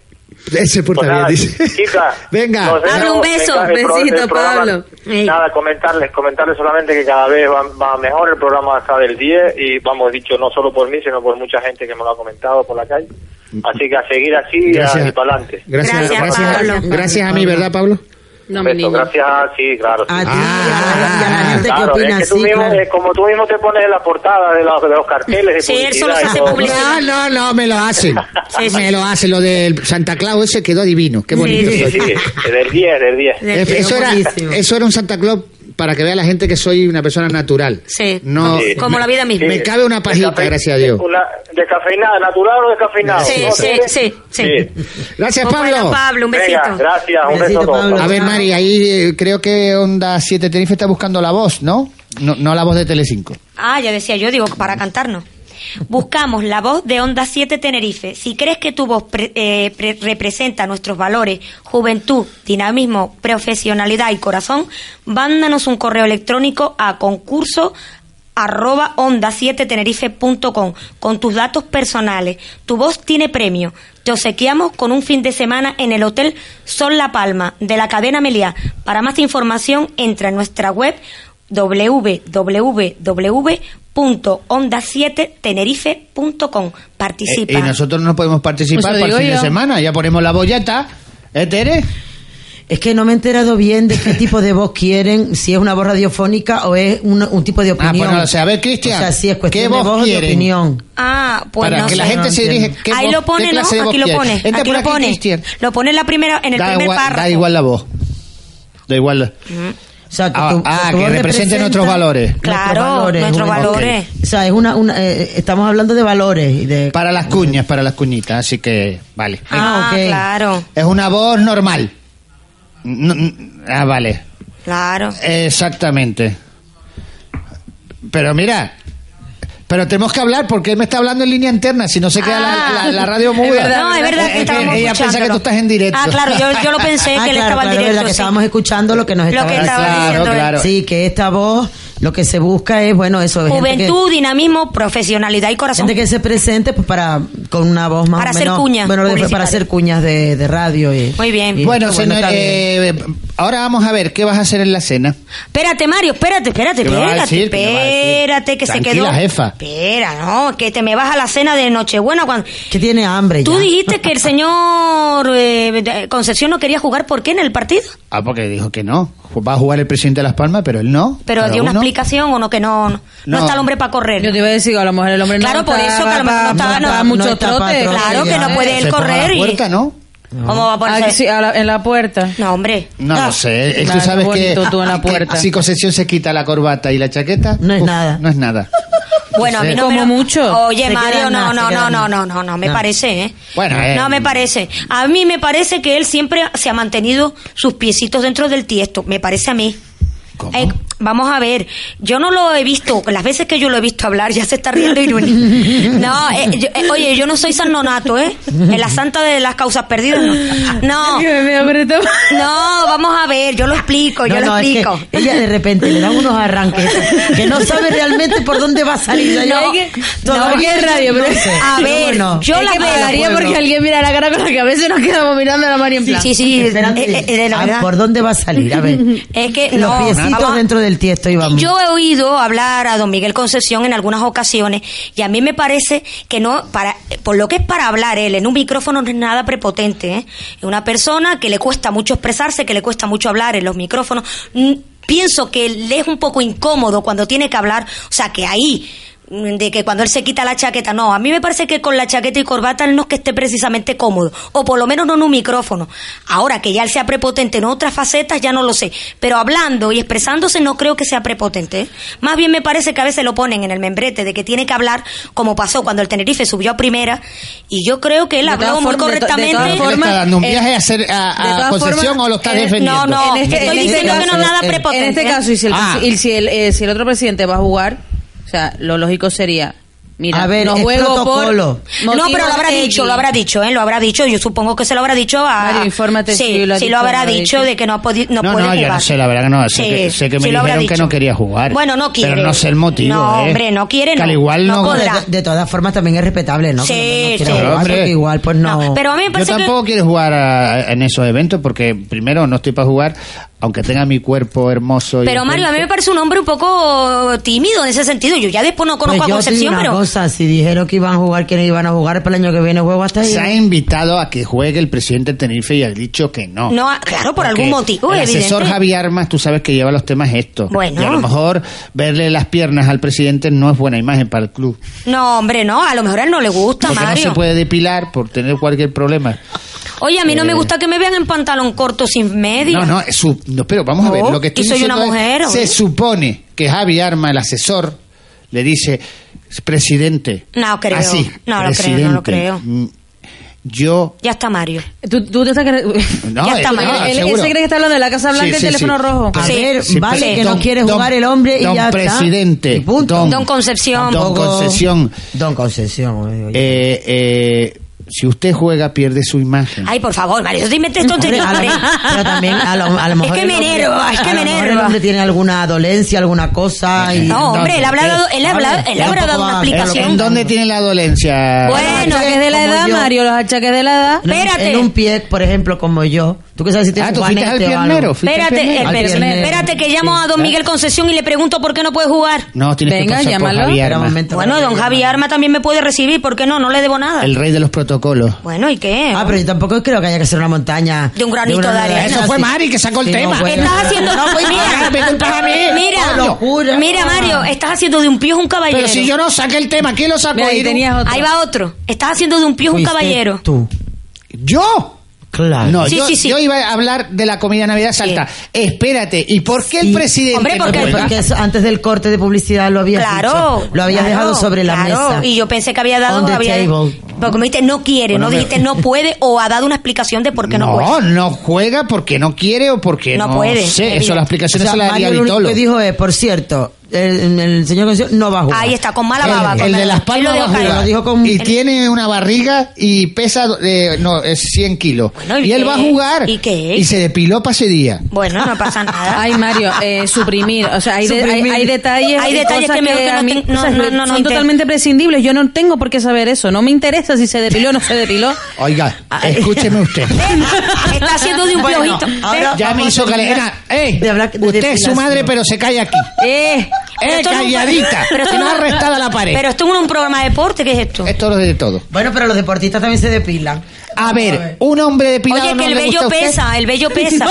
[SPEAKER 2] Ese porta
[SPEAKER 22] Pues
[SPEAKER 2] bien,
[SPEAKER 22] nada,
[SPEAKER 2] dice.
[SPEAKER 22] Chica,
[SPEAKER 2] Venga.
[SPEAKER 22] nos
[SPEAKER 2] Dale
[SPEAKER 22] vemos,
[SPEAKER 2] un beso,
[SPEAKER 22] venga, el pro- el
[SPEAKER 2] besito,
[SPEAKER 22] programa-
[SPEAKER 2] Pablo.
[SPEAKER 22] Nada, comentarles, comentarles solamente que cada vez va, va mejor el programa hasta del 10 y vamos, dicho no solo por mí, sino por mucha gente que me lo ha comentado por la calle. Así que a seguir así y a-
[SPEAKER 2] Gracias.
[SPEAKER 22] y para adelante.
[SPEAKER 2] Gracias, gracias, gracias, a mí, ¿verdad, Pablo?
[SPEAKER 4] No,
[SPEAKER 22] Beso, gracias, sí, claro. sí.
[SPEAKER 2] Ah.
[SPEAKER 22] Claro, es
[SPEAKER 2] opina
[SPEAKER 22] que tú
[SPEAKER 2] así,
[SPEAKER 22] mismo,
[SPEAKER 2] claro.
[SPEAKER 22] eh, como tú mismo te pones en la portada de los, de los carteles de publicidad y todo.
[SPEAKER 2] No, no, no, me lo hacen. Me lo hacen. Lo del Santa Claus ese quedó divino. Qué bonito.
[SPEAKER 22] Sí,
[SPEAKER 2] soy.
[SPEAKER 22] sí, sí, del 10, del 10.
[SPEAKER 2] Es- Eh, Eso era, eso era un Santa Claus para que vea la gente que soy una persona natural.
[SPEAKER 5] Sí.
[SPEAKER 2] No,
[SPEAKER 22] Sí.
[SPEAKER 5] Como la vida misma.
[SPEAKER 2] Me cabe una pajita,
[SPEAKER 22] Descafe-
[SPEAKER 2] gracias a Dios.
[SPEAKER 22] Una descafeinada, natural o descafeinada.
[SPEAKER 5] Sí,
[SPEAKER 22] ¿No?
[SPEAKER 5] sí, sí, sí.
[SPEAKER 2] Gracias,
[SPEAKER 5] Pues bueno,
[SPEAKER 2] Pablo.
[SPEAKER 5] Pablo, un besito.
[SPEAKER 22] Venga, gracias, un beso a todos.
[SPEAKER 2] A ver, Mari, ahí eh, creo que Onda 7 Tenerife está buscando la voz, ¿no? No, no la voz de Telecinco. Eh,
[SPEAKER 5] Ah, ya decía yo, digo, para cantarnos. Buscamos la voz de Onda 7 Tenerife. Si crees que tu voz pre- eh, pre- representa nuestros valores, juventud, dinamismo, profesionalidad y corazón, mándanos un correo electrónico a concurso arroba onda 7 tenerife.com con tus datos personales. Tu voz tiene premio. Te obsequiamos con un fin de semana en el Hotel Sol La Palma de la cadena Meliá. Para más información entra en nuestra web www.onda7tenerife.com. Participa.
[SPEAKER 2] Eh, y nosotros no podemos participar
[SPEAKER 5] Pues lo
[SPEAKER 2] para el
[SPEAKER 5] digo
[SPEAKER 2] fin de
[SPEAKER 5] yo.
[SPEAKER 2] semana. Ya ponemos la bolleta. ¿Eh, Tere?
[SPEAKER 3] Es que no me he enterado bien de qué tipo de voz quieren, si es una voz radiofónica o es una- un, tipo de opinión.
[SPEAKER 2] pues no lo sé. A ver, Cristian,
[SPEAKER 3] O sea, si es cuestión
[SPEAKER 2] ¿qué voz
[SPEAKER 3] de voz o de
[SPEAKER 2] quieren?
[SPEAKER 3] opinión.
[SPEAKER 5] Ah, pues
[SPEAKER 2] Para
[SPEAKER 5] no
[SPEAKER 2] que
[SPEAKER 5] sé.
[SPEAKER 2] la gente
[SPEAKER 5] No
[SPEAKER 2] se
[SPEAKER 5] entiendo.
[SPEAKER 2] dirige, ¿qué
[SPEAKER 5] Ahí
[SPEAKER 2] voz-
[SPEAKER 5] lo pone,
[SPEAKER 2] qué
[SPEAKER 5] ¿no?
[SPEAKER 2] clase de voz
[SPEAKER 5] Aquí lo
[SPEAKER 2] quiere?
[SPEAKER 5] pone.
[SPEAKER 2] Entra
[SPEAKER 5] aquí
[SPEAKER 2] por
[SPEAKER 5] lo
[SPEAKER 2] aquí,
[SPEAKER 5] pone.
[SPEAKER 2] Cristian.
[SPEAKER 5] Lo pone en la primera en el
[SPEAKER 2] Da
[SPEAKER 5] primer
[SPEAKER 2] igual,
[SPEAKER 5] párrafo.
[SPEAKER 2] da igual la voz. Da igual. ah, ah, que represente nuestros valores.
[SPEAKER 5] Claro, nuestros
[SPEAKER 3] bueno,
[SPEAKER 5] valores.
[SPEAKER 3] ok. O sea, es una, una, eh, estamos hablando de valores. y de-
[SPEAKER 2] Para las cuñas, para las cuñitas, así que vale.
[SPEAKER 5] Ah, claro,
[SPEAKER 2] Es una voz normal. No, n- ah, vale.
[SPEAKER 5] claro.
[SPEAKER 2] Exactamente. Pero mira, pero tenemos que hablar porque él me está hablando en línea interna, si no se queda la- la, la radio muda.
[SPEAKER 5] no, Ah. es verdad
[SPEAKER 2] Eh,
[SPEAKER 5] que
[SPEAKER 2] eh,
[SPEAKER 5] estábamos
[SPEAKER 2] Ella piensa que tú
[SPEAKER 5] escuchándolo.
[SPEAKER 2] estás en directo.
[SPEAKER 5] Ah, claro, yo, yo lo pensé
[SPEAKER 3] Ah,
[SPEAKER 5] que él estaba en
[SPEAKER 3] claro, claro, es
[SPEAKER 5] directo.
[SPEAKER 3] verdad que
[SPEAKER 5] sí.
[SPEAKER 3] estábamos escuchando lo que nos
[SPEAKER 5] Lo que
[SPEAKER 3] estaba,
[SPEAKER 5] estaba Claro, diciendo él. claro.
[SPEAKER 3] Sí, que esta voz lo que se busca es, bueno, eso. gente que-
[SPEAKER 5] Juventud, dinamismo, profesionalidad y corazón.
[SPEAKER 3] Gente que se presente pues para con una voz más
[SPEAKER 5] Para
[SPEAKER 3] o
[SPEAKER 5] hacer
[SPEAKER 3] menos,
[SPEAKER 5] cuñas
[SPEAKER 3] bueno, lo de- para
[SPEAKER 5] publicitarias.
[SPEAKER 3] hacer cuñas de, de radio y
[SPEAKER 5] Muy bien.
[SPEAKER 3] y-
[SPEAKER 2] Bueno, señor,
[SPEAKER 3] está bien.
[SPEAKER 2] eh, ahora vamos a ver qué vas a hacer en la cena.
[SPEAKER 5] Espérate, Mario, espérate, espérate,
[SPEAKER 2] ¿Qué me va a
[SPEAKER 5] espérate,
[SPEAKER 2] decir? ¿Qué me va a decir?
[SPEAKER 5] espérate, que se
[SPEAKER 2] Tranquila,
[SPEAKER 5] quedó.
[SPEAKER 2] jefa.
[SPEAKER 5] Espera, no, que te me vas a la cena de Nochebuena cuando.
[SPEAKER 3] que tiene hambre
[SPEAKER 5] Tú dijiste que el señor eh, de- Concepción no quería jugar, ¿por qué en el partido?
[SPEAKER 2] Ah, porque dijo que no. Va a jugar el presidente de Las Palmas, pero él no.
[SPEAKER 5] Pero
[SPEAKER 2] Cada
[SPEAKER 5] dio una
[SPEAKER 2] uno.
[SPEAKER 5] explicación o no, que no, no, no
[SPEAKER 2] No.
[SPEAKER 5] está el hombre para correr. Yo
[SPEAKER 4] te iba a decir que a lo mejor el hombre
[SPEAKER 5] Claro, por eso que a lo mejor no estaba, no,
[SPEAKER 4] da mucho trote.
[SPEAKER 5] Claro que no puede él
[SPEAKER 2] Se ponga a
[SPEAKER 5] correr.
[SPEAKER 2] la
[SPEAKER 5] y-
[SPEAKER 2] puerta, ¿no?
[SPEAKER 5] ¿Cómo va a ponerse?
[SPEAKER 4] Ah, sí, a la- en la puerta.
[SPEAKER 5] No, hombre.
[SPEAKER 2] No lo sé. Él- tú
[SPEAKER 4] Claro,
[SPEAKER 2] sabes que,
[SPEAKER 4] bonito tú en la
[SPEAKER 2] que
[SPEAKER 4] puerta.
[SPEAKER 2] si Concepción se quita la corbata y la chaqueta, no es nada. No es nada.
[SPEAKER 5] Bueno, a mí no
[SPEAKER 4] Como
[SPEAKER 5] me lo-
[SPEAKER 4] mucho.
[SPEAKER 5] Oye,
[SPEAKER 4] Se
[SPEAKER 5] Mario,
[SPEAKER 4] queda
[SPEAKER 5] no,
[SPEAKER 4] nada, se
[SPEAKER 5] no,
[SPEAKER 4] queda
[SPEAKER 5] no, no, no,
[SPEAKER 4] nada.
[SPEAKER 5] no, no, me
[SPEAKER 4] No.
[SPEAKER 5] parece, ¿eh?
[SPEAKER 4] Bueno, eh.
[SPEAKER 5] no me parece. A mí me parece que él siempre se ha mantenido sus piecitos dentro del tiesto, me parece a mí. Eh, vamos a ver, yo no lo he visto, las veces que yo lo he visto hablar ya se está riendo Iruni. No, eh, yo- eh, oye, yo no soy San Nonato, ¿eh? En la santa de las causas perdidas, no. No, no vamos a ver, yo lo explico, yo
[SPEAKER 3] No,
[SPEAKER 5] lo
[SPEAKER 3] no, es que
[SPEAKER 5] explico.
[SPEAKER 3] ella de repente le da unos arranques que no sabe realmente por dónde va a salir. Ya
[SPEAKER 5] No,
[SPEAKER 3] yo-
[SPEAKER 5] no,
[SPEAKER 3] todavía
[SPEAKER 5] porque-
[SPEAKER 3] no sé.
[SPEAKER 5] A ver,
[SPEAKER 3] No, no.
[SPEAKER 5] yo
[SPEAKER 3] Es
[SPEAKER 5] la
[SPEAKER 3] que
[SPEAKER 5] veo.
[SPEAKER 3] pagaría
[SPEAKER 5] Pueblo.
[SPEAKER 3] porque alguien
[SPEAKER 4] mira la cara con la que a veces nos quedamos mirando a la María en
[SPEAKER 5] Sí,
[SPEAKER 4] plan.
[SPEAKER 5] sí, sí,
[SPEAKER 3] Esperando,
[SPEAKER 5] eh, eh, eh, la
[SPEAKER 3] ah,
[SPEAKER 5] verdad.
[SPEAKER 3] ¿Por dónde va a salir? A ver.
[SPEAKER 5] Es que
[SPEAKER 3] Los
[SPEAKER 5] no,
[SPEAKER 3] piecitos
[SPEAKER 5] vamos-
[SPEAKER 3] dentro del del tiesto, Iván.
[SPEAKER 5] Yo he oído hablar a don Miguel Concepción en algunas ocasiones y a mí me parece que no, para, por lo que es para hablar él en un micrófono no es nada prepotente. ¿eh? Es una persona que le cuesta mucho expresarse, que le cuesta mucho hablar en los micrófonos. Mm, Pienso que le es un poco incómodo cuando tiene que hablar, o sea que ahí mm, de que cuando él se quita la chaqueta, no, a mí me parece que con la chaqueta y corbata él no es que esté precisamente cómodo, o por lo menos no en un micrófono. Ahora que ya él sea prepotente en otras facetas, ya no lo sé, pero hablando y expresándose no creo que sea prepotente. ¿eh? Más bien me parece que a veces lo ponen en el membrete de que tiene que hablar, como pasó cuando el Tenerife subió a primera, y yo creo que él
[SPEAKER 4] De todas
[SPEAKER 5] habló muy
[SPEAKER 4] formas- de to- de
[SPEAKER 5] correctamente.
[SPEAKER 4] todas eh,
[SPEAKER 2] ¿Qué le está dando un viaje a, hacer,
[SPEAKER 4] de
[SPEAKER 2] a, a
[SPEAKER 4] todas
[SPEAKER 2] Concepción
[SPEAKER 4] formas,
[SPEAKER 2] o lo está
[SPEAKER 4] eh,
[SPEAKER 2] defendiendo?
[SPEAKER 5] no,
[SPEAKER 4] En este-
[SPEAKER 5] Estoy
[SPEAKER 4] en este
[SPEAKER 5] diciendo que
[SPEAKER 4] caso,
[SPEAKER 5] no es nada
[SPEAKER 4] en-
[SPEAKER 5] prepotente.
[SPEAKER 4] En este caso, y si el,
[SPEAKER 5] Ah.
[SPEAKER 4] y si el, eh, si el otro presidente va a jugar, o sea, lo lógico sería, mira,
[SPEAKER 3] A ver,
[SPEAKER 4] no
[SPEAKER 3] es
[SPEAKER 4] juego por
[SPEAKER 3] protocolo.
[SPEAKER 5] No,
[SPEAKER 4] motivos
[SPEAKER 5] pero lo habrá
[SPEAKER 4] X.
[SPEAKER 5] dicho, lo habrá dicho, ¿eh? Lo habrá dicho, yo supongo que se lo habrá dicho a...
[SPEAKER 4] Mario, infórmate
[SPEAKER 5] sí,
[SPEAKER 4] si lo ha
[SPEAKER 5] sí
[SPEAKER 4] dicho,
[SPEAKER 5] lo habrá
[SPEAKER 4] lo ha
[SPEAKER 5] dicho
[SPEAKER 4] dicho.
[SPEAKER 5] de que no, ha podi- no,
[SPEAKER 2] No,
[SPEAKER 5] puede
[SPEAKER 2] no,
[SPEAKER 5] jugar.
[SPEAKER 2] yo no sé, la verdad que no. Sé,
[SPEAKER 5] Sí,
[SPEAKER 2] que, sé que me
[SPEAKER 5] sí lo habrá
[SPEAKER 2] dijeron que
[SPEAKER 5] dicho.
[SPEAKER 2] no quería jugar.
[SPEAKER 5] Bueno, no quiere.
[SPEAKER 2] Pero no sé el motivo.
[SPEAKER 5] No,
[SPEAKER 2] ¿eh?
[SPEAKER 5] hombre, no quiere,
[SPEAKER 2] Que al
[SPEAKER 5] no.
[SPEAKER 2] igual no.
[SPEAKER 5] No
[SPEAKER 3] de,
[SPEAKER 5] podrá.
[SPEAKER 3] de todas formas también es respetable, ¿no?
[SPEAKER 5] Sí,
[SPEAKER 3] Que no-
[SPEAKER 5] eh, sí.
[SPEAKER 3] no quiera jugar,
[SPEAKER 2] Pero, hombre,
[SPEAKER 3] porque igual, pues no.
[SPEAKER 5] Pero a mí me
[SPEAKER 2] Yo
[SPEAKER 5] parece que...
[SPEAKER 2] tampoco quiero jugar a- en esos eventos porque, primero, no estoy para jugar, aunque tenga mi cuerpo hermoso. y
[SPEAKER 5] Pero Mario, a mí me parece un hombre un poco tímido en ese sentido. Yo ya después no conozco a
[SPEAKER 3] Pues yo te digo
[SPEAKER 5] Concepción,
[SPEAKER 3] una
[SPEAKER 5] pero...
[SPEAKER 3] cosa, si dijeron que iban a jugar, ¿quiénes iban a jugar para el año que viene? Juego hasta ahí.
[SPEAKER 2] Se ha invitado a que juegue el presidente del Tenerife y ha dicho que no.
[SPEAKER 5] No, ah, claro, por algún motivo,
[SPEAKER 2] El asesor
[SPEAKER 5] evidente.
[SPEAKER 2] Javi Armas, tú sabes que lleva los temas estos.
[SPEAKER 5] Bueno.
[SPEAKER 2] Y a lo mejor verle las piernas al presidente no es buena imagen para el club.
[SPEAKER 5] No, hombre, no, a lo mejor a él no le gusta,
[SPEAKER 2] Porque no
[SPEAKER 5] Mario.
[SPEAKER 2] se puede depilar por tener cualquier problema.
[SPEAKER 5] Oye, a mí no
[SPEAKER 2] Eh.
[SPEAKER 5] me gusta que me vean en pantalón corto sin media.
[SPEAKER 2] No, no, es su- no, pero vamos a ver,
[SPEAKER 5] No,
[SPEAKER 2] lo que estoy
[SPEAKER 5] y soy
[SPEAKER 2] diciendo
[SPEAKER 5] una
[SPEAKER 2] es,
[SPEAKER 5] mujer,
[SPEAKER 2] se
[SPEAKER 5] oye.
[SPEAKER 2] supone que Javi Arma, el asesor, le dice, presidente.
[SPEAKER 5] No creo.
[SPEAKER 2] Así,
[SPEAKER 5] No lo creo, no lo
[SPEAKER 2] "Presidente,
[SPEAKER 5] creo.
[SPEAKER 2] mm, Yo...
[SPEAKER 5] Ya está Mario.
[SPEAKER 4] Tú, tú te sacas...
[SPEAKER 2] No,
[SPEAKER 5] Ya está
[SPEAKER 2] eh,
[SPEAKER 5] mal.
[SPEAKER 2] no,
[SPEAKER 4] él, él
[SPEAKER 2] seguro.
[SPEAKER 4] se cree que está hablando de la Casa Blanca
[SPEAKER 2] Sí,
[SPEAKER 4] y el
[SPEAKER 2] sí,
[SPEAKER 4] teléfono
[SPEAKER 2] sí.
[SPEAKER 4] rojo.
[SPEAKER 3] A ver,
[SPEAKER 2] Sí,
[SPEAKER 3] vale
[SPEAKER 2] pero
[SPEAKER 3] que no
[SPEAKER 2] don-
[SPEAKER 3] quiere
[SPEAKER 2] don-
[SPEAKER 3] jugar el hombre y
[SPEAKER 2] don
[SPEAKER 3] ya está.
[SPEAKER 2] presidente,
[SPEAKER 3] Y punto.
[SPEAKER 2] Don,
[SPEAKER 5] Don Concepción.
[SPEAKER 2] don Concesión.
[SPEAKER 3] Don Concesión. oye,
[SPEAKER 2] Eh, eh, si usted juega, pierde su imagen.
[SPEAKER 5] Ay, por favor, Mario, no te inventes
[SPEAKER 3] Hombre,
[SPEAKER 5] tonterías.
[SPEAKER 3] a lo- pero también a lo, a lo
[SPEAKER 5] Es
[SPEAKER 3] mejor
[SPEAKER 5] que
[SPEAKER 3] el
[SPEAKER 5] me
[SPEAKER 3] hombre-
[SPEAKER 5] enerva, es que
[SPEAKER 3] a lo
[SPEAKER 5] me
[SPEAKER 3] mejor El
[SPEAKER 5] enerva.
[SPEAKER 3] hombre tiene alguna dolencia, alguna cosa. Y,
[SPEAKER 5] No, hombre, él ha hablado- él ha hablado- él habrá dado una
[SPEAKER 2] ¿En-
[SPEAKER 5] explicación.
[SPEAKER 2] ¿En dónde tiene la dolencia?
[SPEAKER 5] Bueno,
[SPEAKER 4] Los achaques de la
[SPEAKER 3] como
[SPEAKER 4] edad,
[SPEAKER 3] yo.
[SPEAKER 4] Mario, los achaques de la edad.
[SPEAKER 5] Espérate.
[SPEAKER 3] En un pie, por ejemplo, como yo. ¿Tú qué sabes si te
[SPEAKER 2] Ah, tú fuiste al piernero. fuiste al
[SPEAKER 5] Espérate,
[SPEAKER 2] piernero.
[SPEAKER 3] Al
[SPEAKER 5] espérate,
[SPEAKER 3] piernero.
[SPEAKER 5] espérate que llamo
[SPEAKER 2] Sí,
[SPEAKER 5] a don
[SPEAKER 2] claro.
[SPEAKER 5] Miguel Concesión y le pregunto por qué no puede jugar.
[SPEAKER 2] No, tienes
[SPEAKER 4] Venga,
[SPEAKER 2] que pasar
[SPEAKER 4] llámalo.
[SPEAKER 2] por Javi
[SPEAKER 3] Espera un
[SPEAKER 2] Arma,
[SPEAKER 3] momento.
[SPEAKER 5] Bueno, don Javi Arma también me puede recibir, ¿por qué no? No le debo nada.
[SPEAKER 2] el rey de los protocolos.
[SPEAKER 5] Bueno, ¿y qué?
[SPEAKER 3] Ah, pero yo tampoco creo que haya que hacer una montaña.
[SPEAKER 5] De un granito de arena.
[SPEAKER 2] Eso fue Mari que sacó el tema.
[SPEAKER 3] fue-
[SPEAKER 5] Estás haciendo...
[SPEAKER 2] No, pues, ahora me culpas a mí.
[SPEAKER 5] Mira,
[SPEAKER 2] Coño.
[SPEAKER 3] Locura.
[SPEAKER 5] mira, Mario, estás haciendo de un piojo un caballero.
[SPEAKER 2] Pero si yo no saqué el tema, ¿quién lo sacó?
[SPEAKER 4] Mira, ahí
[SPEAKER 2] Iru?
[SPEAKER 4] tenías otro.
[SPEAKER 5] Ahí va otro. Estás haciendo de un piojo un
[SPEAKER 3] Fuiste
[SPEAKER 5] caballero.
[SPEAKER 3] Tú.
[SPEAKER 2] ¿Yo?
[SPEAKER 3] Claro.
[SPEAKER 2] No,
[SPEAKER 5] Sí,
[SPEAKER 2] yo,
[SPEAKER 5] sí, sí.
[SPEAKER 2] yo iba a hablar de la comida de Navidad Salta. Espérate, ¿y por qué el
[SPEAKER 3] Sí.
[SPEAKER 2] presidente?
[SPEAKER 5] Hombre,
[SPEAKER 2] no
[SPEAKER 5] ¿por qué?
[SPEAKER 2] juega?
[SPEAKER 3] Porque eso, antes del corte de publicidad lo había
[SPEAKER 5] Claro.
[SPEAKER 3] lo había
[SPEAKER 5] claro,
[SPEAKER 3] dejado sobre la
[SPEAKER 5] claro.
[SPEAKER 3] mesa.
[SPEAKER 5] Y yo pensé que había dado...
[SPEAKER 3] On the
[SPEAKER 5] había-
[SPEAKER 3] table.
[SPEAKER 5] Pero como dijiste, no quiere,
[SPEAKER 2] Bueno,
[SPEAKER 5] no dijiste
[SPEAKER 2] pero-
[SPEAKER 5] no puede o ha dado una explicación de por qué no, puede.
[SPEAKER 2] No, no juega porque no quiere o porque no,
[SPEAKER 5] pues, No puede,
[SPEAKER 2] Sé.
[SPEAKER 5] evidente.
[SPEAKER 2] Eso, las
[SPEAKER 3] O
[SPEAKER 2] explicaciones
[SPEAKER 3] sea,
[SPEAKER 2] se las daría
[SPEAKER 3] Mario lo único
[SPEAKER 2] Vitolo.
[SPEAKER 3] que dijo es, por cierto, el, el señor Concesión no va a jugar.
[SPEAKER 5] Ahí está, con mala
[SPEAKER 2] El-
[SPEAKER 5] baba.
[SPEAKER 2] el,
[SPEAKER 5] con
[SPEAKER 2] de
[SPEAKER 5] mala-
[SPEAKER 2] las
[SPEAKER 5] Él lo
[SPEAKER 2] palmas
[SPEAKER 5] dejó
[SPEAKER 2] va a
[SPEAKER 5] caer.
[SPEAKER 2] jugar.
[SPEAKER 3] Lo dijo con-
[SPEAKER 2] y tiene una barriga y pesa eh, no es 100 kilos
[SPEAKER 5] Bueno,
[SPEAKER 2] y,
[SPEAKER 5] ¿y
[SPEAKER 2] él
[SPEAKER 5] qué?
[SPEAKER 2] va a jugar
[SPEAKER 5] ¿Y qué?
[SPEAKER 2] se depiló para ese día
[SPEAKER 5] Bueno, no pasa Ah, nada.
[SPEAKER 4] Ay, Mario, eh, suprimir. O sea, hay, de- hay,
[SPEAKER 3] Suprimir.
[SPEAKER 4] hay detalles.
[SPEAKER 5] Hay
[SPEAKER 4] y
[SPEAKER 5] detalles
[SPEAKER 4] cosas
[SPEAKER 5] que mejor que no
[SPEAKER 4] a mí-
[SPEAKER 5] ten- no,
[SPEAKER 4] cosas
[SPEAKER 5] no,
[SPEAKER 4] que
[SPEAKER 5] no, no
[SPEAKER 4] Son
[SPEAKER 5] inter-
[SPEAKER 4] totalmente prescindibles. Yo no tengo por qué saber eso. No me interesa si se depiló o no se depiló.
[SPEAKER 2] oiga
[SPEAKER 4] Ay.
[SPEAKER 2] escúcheme usted
[SPEAKER 5] Está haciendo de un
[SPEAKER 3] Bueno,
[SPEAKER 5] piojito.
[SPEAKER 3] ahora-
[SPEAKER 2] ya me hizo calena eh,
[SPEAKER 3] De hablar de
[SPEAKER 2] usted es su
[SPEAKER 3] depilación.
[SPEAKER 2] madre pero se calla aquí
[SPEAKER 4] Eh,
[SPEAKER 5] Pero
[SPEAKER 2] eh
[SPEAKER 5] esto no-
[SPEAKER 2] calladita
[SPEAKER 5] pero esto
[SPEAKER 2] no
[SPEAKER 5] no-
[SPEAKER 2] arrestada a la pared
[SPEAKER 5] Pero esto es un programa de deporte, ¿qué es esto?
[SPEAKER 2] esto lo de todo
[SPEAKER 3] Bueno, pero los deportistas también se depilan.
[SPEAKER 2] a ver un hombre depilado
[SPEAKER 5] Oye,
[SPEAKER 2] no
[SPEAKER 5] que el
[SPEAKER 2] le gusta a
[SPEAKER 5] vello
[SPEAKER 2] usted? Ah.
[SPEAKER 5] pesa, el vello pesa.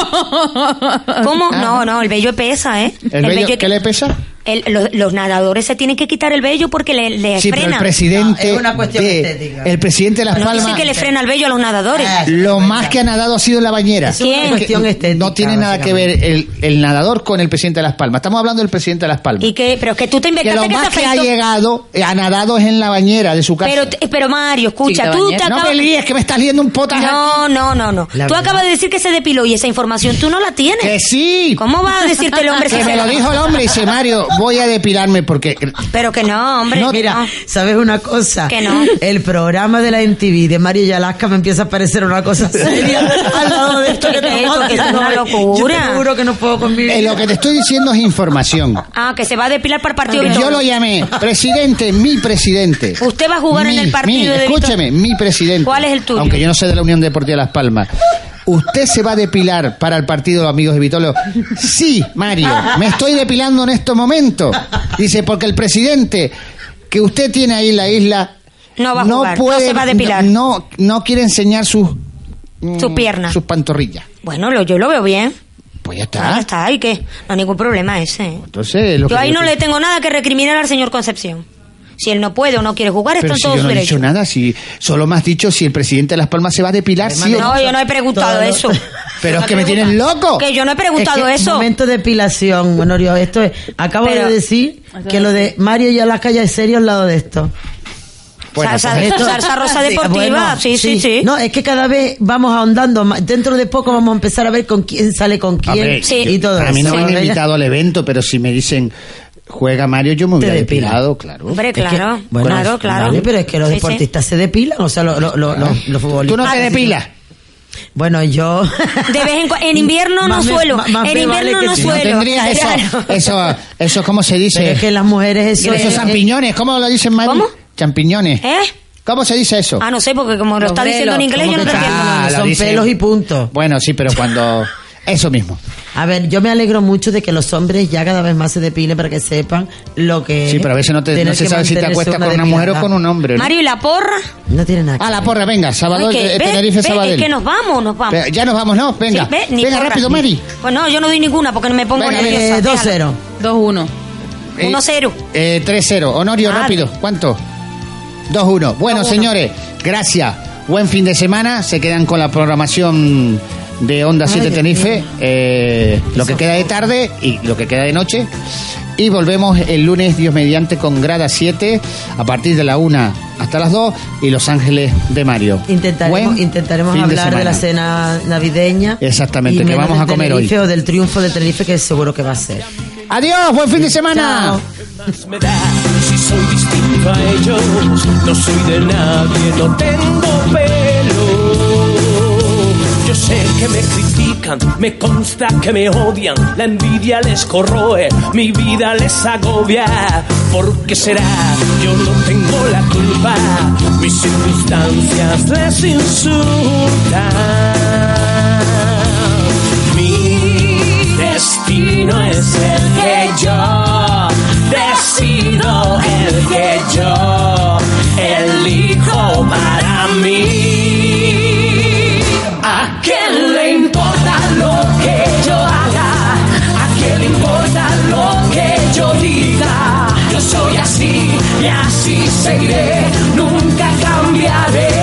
[SPEAKER 5] ¿Cómo? No, no, el vello pesa, ¿eh?
[SPEAKER 2] el vello
[SPEAKER 5] vello-
[SPEAKER 2] qué le pesa
[SPEAKER 5] el- los, los nadadores se tienen que quitar el vello porque le, le
[SPEAKER 2] sí pero el
[SPEAKER 5] frena.
[SPEAKER 2] presidente
[SPEAKER 3] No, es una cuestión
[SPEAKER 2] de-
[SPEAKER 3] estética.
[SPEAKER 2] el presidente de las
[SPEAKER 5] no
[SPEAKER 2] palmas
[SPEAKER 5] dice que le frena el vello a los nadadores.
[SPEAKER 3] Ah,
[SPEAKER 2] Lo más que ha nadado ha sido en la bañera.
[SPEAKER 5] Es una
[SPEAKER 2] Es que
[SPEAKER 3] cuestión estética,
[SPEAKER 2] no tiene nada que ver el, el nadador con el presidente de Las Palmas. Estamos hablando del presidente de Las Palmas.
[SPEAKER 5] y que, pero es que tú te
[SPEAKER 2] que
[SPEAKER 5] inventaste
[SPEAKER 2] lo
[SPEAKER 5] que,
[SPEAKER 2] más
[SPEAKER 5] se
[SPEAKER 2] que ha
[SPEAKER 5] afeitó.
[SPEAKER 2] llegado, eh, ha nadado es en la bañera de su casa.
[SPEAKER 5] Pero, te- pero Mario, escucha,
[SPEAKER 4] Chica
[SPEAKER 5] tú te
[SPEAKER 4] bañera.
[SPEAKER 2] no
[SPEAKER 5] acabas...
[SPEAKER 2] me líes, que me estás liendo un potaje.
[SPEAKER 5] no, no, no, no.
[SPEAKER 3] La
[SPEAKER 5] tú
[SPEAKER 3] verdad.
[SPEAKER 5] acabas de decir que se depiló y esa información tú no la tienes.
[SPEAKER 2] Que sí.
[SPEAKER 5] ¿Cómo va a decirte el hombre si
[SPEAKER 2] Que
[SPEAKER 5] se
[SPEAKER 2] me lo dijo el hombre y dice, Mario, voy a depilarme porque...
[SPEAKER 5] Pero que no, hombre.
[SPEAKER 2] No,
[SPEAKER 3] Mira, ¿sabes una cosa?
[SPEAKER 5] Que no.
[SPEAKER 3] El programa de la MTV de Mario Yalasca me empieza a parecer una cosa seria al lado de esto que te
[SPEAKER 5] Esto que es
[SPEAKER 3] montas,
[SPEAKER 5] una
[SPEAKER 3] no, Yo
[SPEAKER 5] locura.
[SPEAKER 3] te juro que no puedo convivir.
[SPEAKER 2] Eh, lo que te estoy diciendo es información.
[SPEAKER 5] Ah, que se va a depilar para el partido de
[SPEAKER 2] Yo lo llamé presidente, mi presidente.
[SPEAKER 5] Usted va a jugar en el partido
[SPEAKER 2] mi,
[SPEAKER 5] de Víctor-
[SPEAKER 2] Escúcheme, mi presidente.
[SPEAKER 5] ¿Cuál es el tuyo?
[SPEAKER 2] Aunque yo no sé de la Unión Deportiva Las Palmas. ¿Usted se va a depilar para el partido de los amigos de Vitolo? Sí, Mario, me estoy depilando en estos momentos. Dice, porque el presidente que usted tiene ahí en la isla
[SPEAKER 5] No va a jugar, no se va a depilar.
[SPEAKER 2] No, no quiere enseñar sus,
[SPEAKER 5] Sus piernas.
[SPEAKER 2] sus pantorrillas.
[SPEAKER 5] Bueno, lo- yo lo veo bien.
[SPEAKER 2] Pues ya
[SPEAKER 5] Ah,
[SPEAKER 2] está.
[SPEAKER 5] está, ¿y qué? No hay ningún problema ese. ¿eh?
[SPEAKER 2] Entonces, lo
[SPEAKER 5] Yo
[SPEAKER 2] que
[SPEAKER 5] ahí
[SPEAKER 2] yo
[SPEAKER 5] no
[SPEAKER 2] te-
[SPEAKER 5] le tengo nada que recriminar al señor Concepción. Si él no puede o no quiere jugar, está
[SPEAKER 2] Pero
[SPEAKER 5] en
[SPEAKER 2] si
[SPEAKER 5] todo
[SPEAKER 2] yo
[SPEAKER 5] su
[SPEAKER 2] no he
[SPEAKER 5] derecho.
[SPEAKER 2] dicho nada, si solo me has dicho si el presidente de Las Palmas se va a depilar, sí o
[SPEAKER 5] No, yo no he preguntado
[SPEAKER 3] Todo-
[SPEAKER 5] eso.
[SPEAKER 2] Pero es que me tienes loco.
[SPEAKER 5] Ah, Que yo no he preguntado
[SPEAKER 3] Es que
[SPEAKER 5] eso.
[SPEAKER 3] Momento de depilación, Honorio. Esto es, acabo
[SPEAKER 5] Pero-
[SPEAKER 3] de decir que lo de Mario y Alaska ya es serio al lado de esto.
[SPEAKER 5] Bueno, Salsa- pues esto- salsa rosa deportiva, sí, sí, sí.
[SPEAKER 3] No, es que cada vez vamos ahondando. más. Dentro de poco vamos a empezar a ver con quién sale con
[SPEAKER 2] A
[SPEAKER 3] quién
[SPEAKER 2] ver, yo-
[SPEAKER 3] y todo
[SPEAKER 2] a mí no
[SPEAKER 3] eso.
[SPEAKER 2] me han
[SPEAKER 3] Ella-
[SPEAKER 2] invitado al evento, pero si me dicen juega Mario, yo me hubiera depilado, claro.
[SPEAKER 5] Hombre,
[SPEAKER 3] Es que-
[SPEAKER 5] claro,
[SPEAKER 3] bueno,
[SPEAKER 5] claro,
[SPEAKER 3] es-
[SPEAKER 5] claro.
[SPEAKER 3] vale, pero es que los
[SPEAKER 5] Sí, sí.
[SPEAKER 3] deportistas se depilan, o sea, lo- lo- lo- lo- los futbolistas.
[SPEAKER 2] no te depilas?
[SPEAKER 3] Bueno, yo.
[SPEAKER 5] De vez en cuando. En invierno no
[SPEAKER 3] Más me-
[SPEAKER 5] suelo.
[SPEAKER 3] más- más
[SPEAKER 5] en
[SPEAKER 3] me
[SPEAKER 5] invierno
[SPEAKER 3] vale que
[SPEAKER 5] no
[SPEAKER 3] sí.
[SPEAKER 2] No
[SPEAKER 5] suelo.
[SPEAKER 2] tendrías eso,
[SPEAKER 5] Claro.
[SPEAKER 2] eso, eso, ¿cómo se
[SPEAKER 3] Pero
[SPEAKER 2] dice?
[SPEAKER 3] es que las mujeres eso.
[SPEAKER 2] Esos champiñones, ¿cómo lo dicen Mario?
[SPEAKER 5] ¿Cómo?
[SPEAKER 2] Champiñones.
[SPEAKER 5] ¿Eh?
[SPEAKER 2] ¿Cómo se dice eso?
[SPEAKER 5] Ah, no sé, porque como lo
[SPEAKER 4] Los
[SPEAKER 5] está diciendo en
[SPEAKER 4] velos,
[SPEAKER 5] inglés, yo no te
[SPEAKER 2] Ah,
[SPEAKER 5] entiendo.
[SPEAKER 2] lo
[SPEAKER 3] son
[SPEAKER 2] dicen-
[SPEAKER 3] pelos y punto.
[SPEAKER 2] Bueno, sí, pero cuando... Eso mismo.
[SPEAKER 3] A ver, yo me alegro mucho de que los hombres ya cada vez más se depilen para que sepan lo que.
[SPEAKER 2] Sí,
[SPEAKER 3] es
[SPEAKER 2] pero a veces no, te,
[SPEAKER 3] tener
[SPEAKER 2] no se
[SPEAKER 3] que
[SPEAKER 2] sabe si te
[SPEAKER 3] mantenerse
[SPEAKER 2] acuestas con una mujer o
[SPEAKER 3] depilada.
[SPEAKER 2] con un hombre. ¿no?
[SPEAKER 5] Mario y la porra.
[SPEAKER 3] No tiene nada. que
[SPEAKER 2] Ah, la
[SPEAKER 3] ver.
[SPEAKER 2] porra, venga, sábado,
[SPEAKER 5] Ay, que-
[SPEAKER 2] eh,
[SPEAKER 5] ve,
[SPEAKER 2] Tenerife,
[SPEAKER 5] ve,
[SPEAKER 2] Sabadell.
[SPEAKER 5] Es que nos vamos, nos vamos.
[SPEAKER 2] Pero ya nos vamos, ¿no? Venga,
[SPEAKER 5] Sí, ve, ni
[SPEAKER 2] venga
[SPEAKER 5] porra.
[SPEAKER 2] rápido, Mari.
[SPEAKER 5] Pues no, yo no doy ninguna porque me pongo
[SPEAKER 2] Venga,
[SPEAKER 5] nerviosa.
[SPEAKER 3] Eh,
[SPEAKER 5] déjalo.
[SPEAKER 3] 2-0.
[SPEAKER 4] 2-1.
[SPEAKER 2] Eh,
[SPEAKER 5] 1-0.
[SPEAKER 2] Eh, 3-0. Honorio,
[SPEAKER 5] Ah,
[SPEAKER 2] rápido. ¿Cuánto? 2-1. Bueno,
[SPEAKER 5] 2-1.
[SPEAKER 2] señores, gracias. Buen fin de semana. Se quedan con la programación de Onda 7
[SPEAKER 3] Dios
[SPEAKER 2] Tenerife. Eh, lo que queda de tarde y lo que queda de noche. Y volvemos el lunes, Dios mediante, con grada 7 a partir de la 1 hasta las 2 y Los Ángeles de Mario.
[SPEAKER 3] Intentaremos,
[SPEAKER 2] Buen
[SPEAKER 3] intentaremos
[SPEAKER 2] fin
[SPEAKER 3] hablar de, la
[SPEAKER 2] semana.
[SPEAKER 3] cena navideña.
[SPEAKER 2] Exactamente,
[SPEAKER 3] y
[SPEAKER 2] que
[SPEAKER 3] menos
[SPEAKER 2] vamos
[SPEAKER 3] de
[SPEAKER 2] a comer hoy.
[SPEAKER 3] Tenerife O del triunfo de Tenerife, que seguro que va a ser.
[SPEAKER 2] Adiós, buen fin de semana.
[SPEAKER 3] Chao.
[SPEAKER 23] más me da si soy distinto a ellos? No soy de nadie, no tengo pelo. Yo sé que me critican, me consta que me odian, la envidia les corroe, mi vida les agobia. ¿Por qué será? Yo no tengo la culpa, mis circunstancias les insultan. Mi destino es el que yo decido, el que yo elijo para mí. ¿A quién le importa lo que yo haga? ¿A quién le importa lo que yo diga? Yo soy así y así seguiré, nunca cambiaré.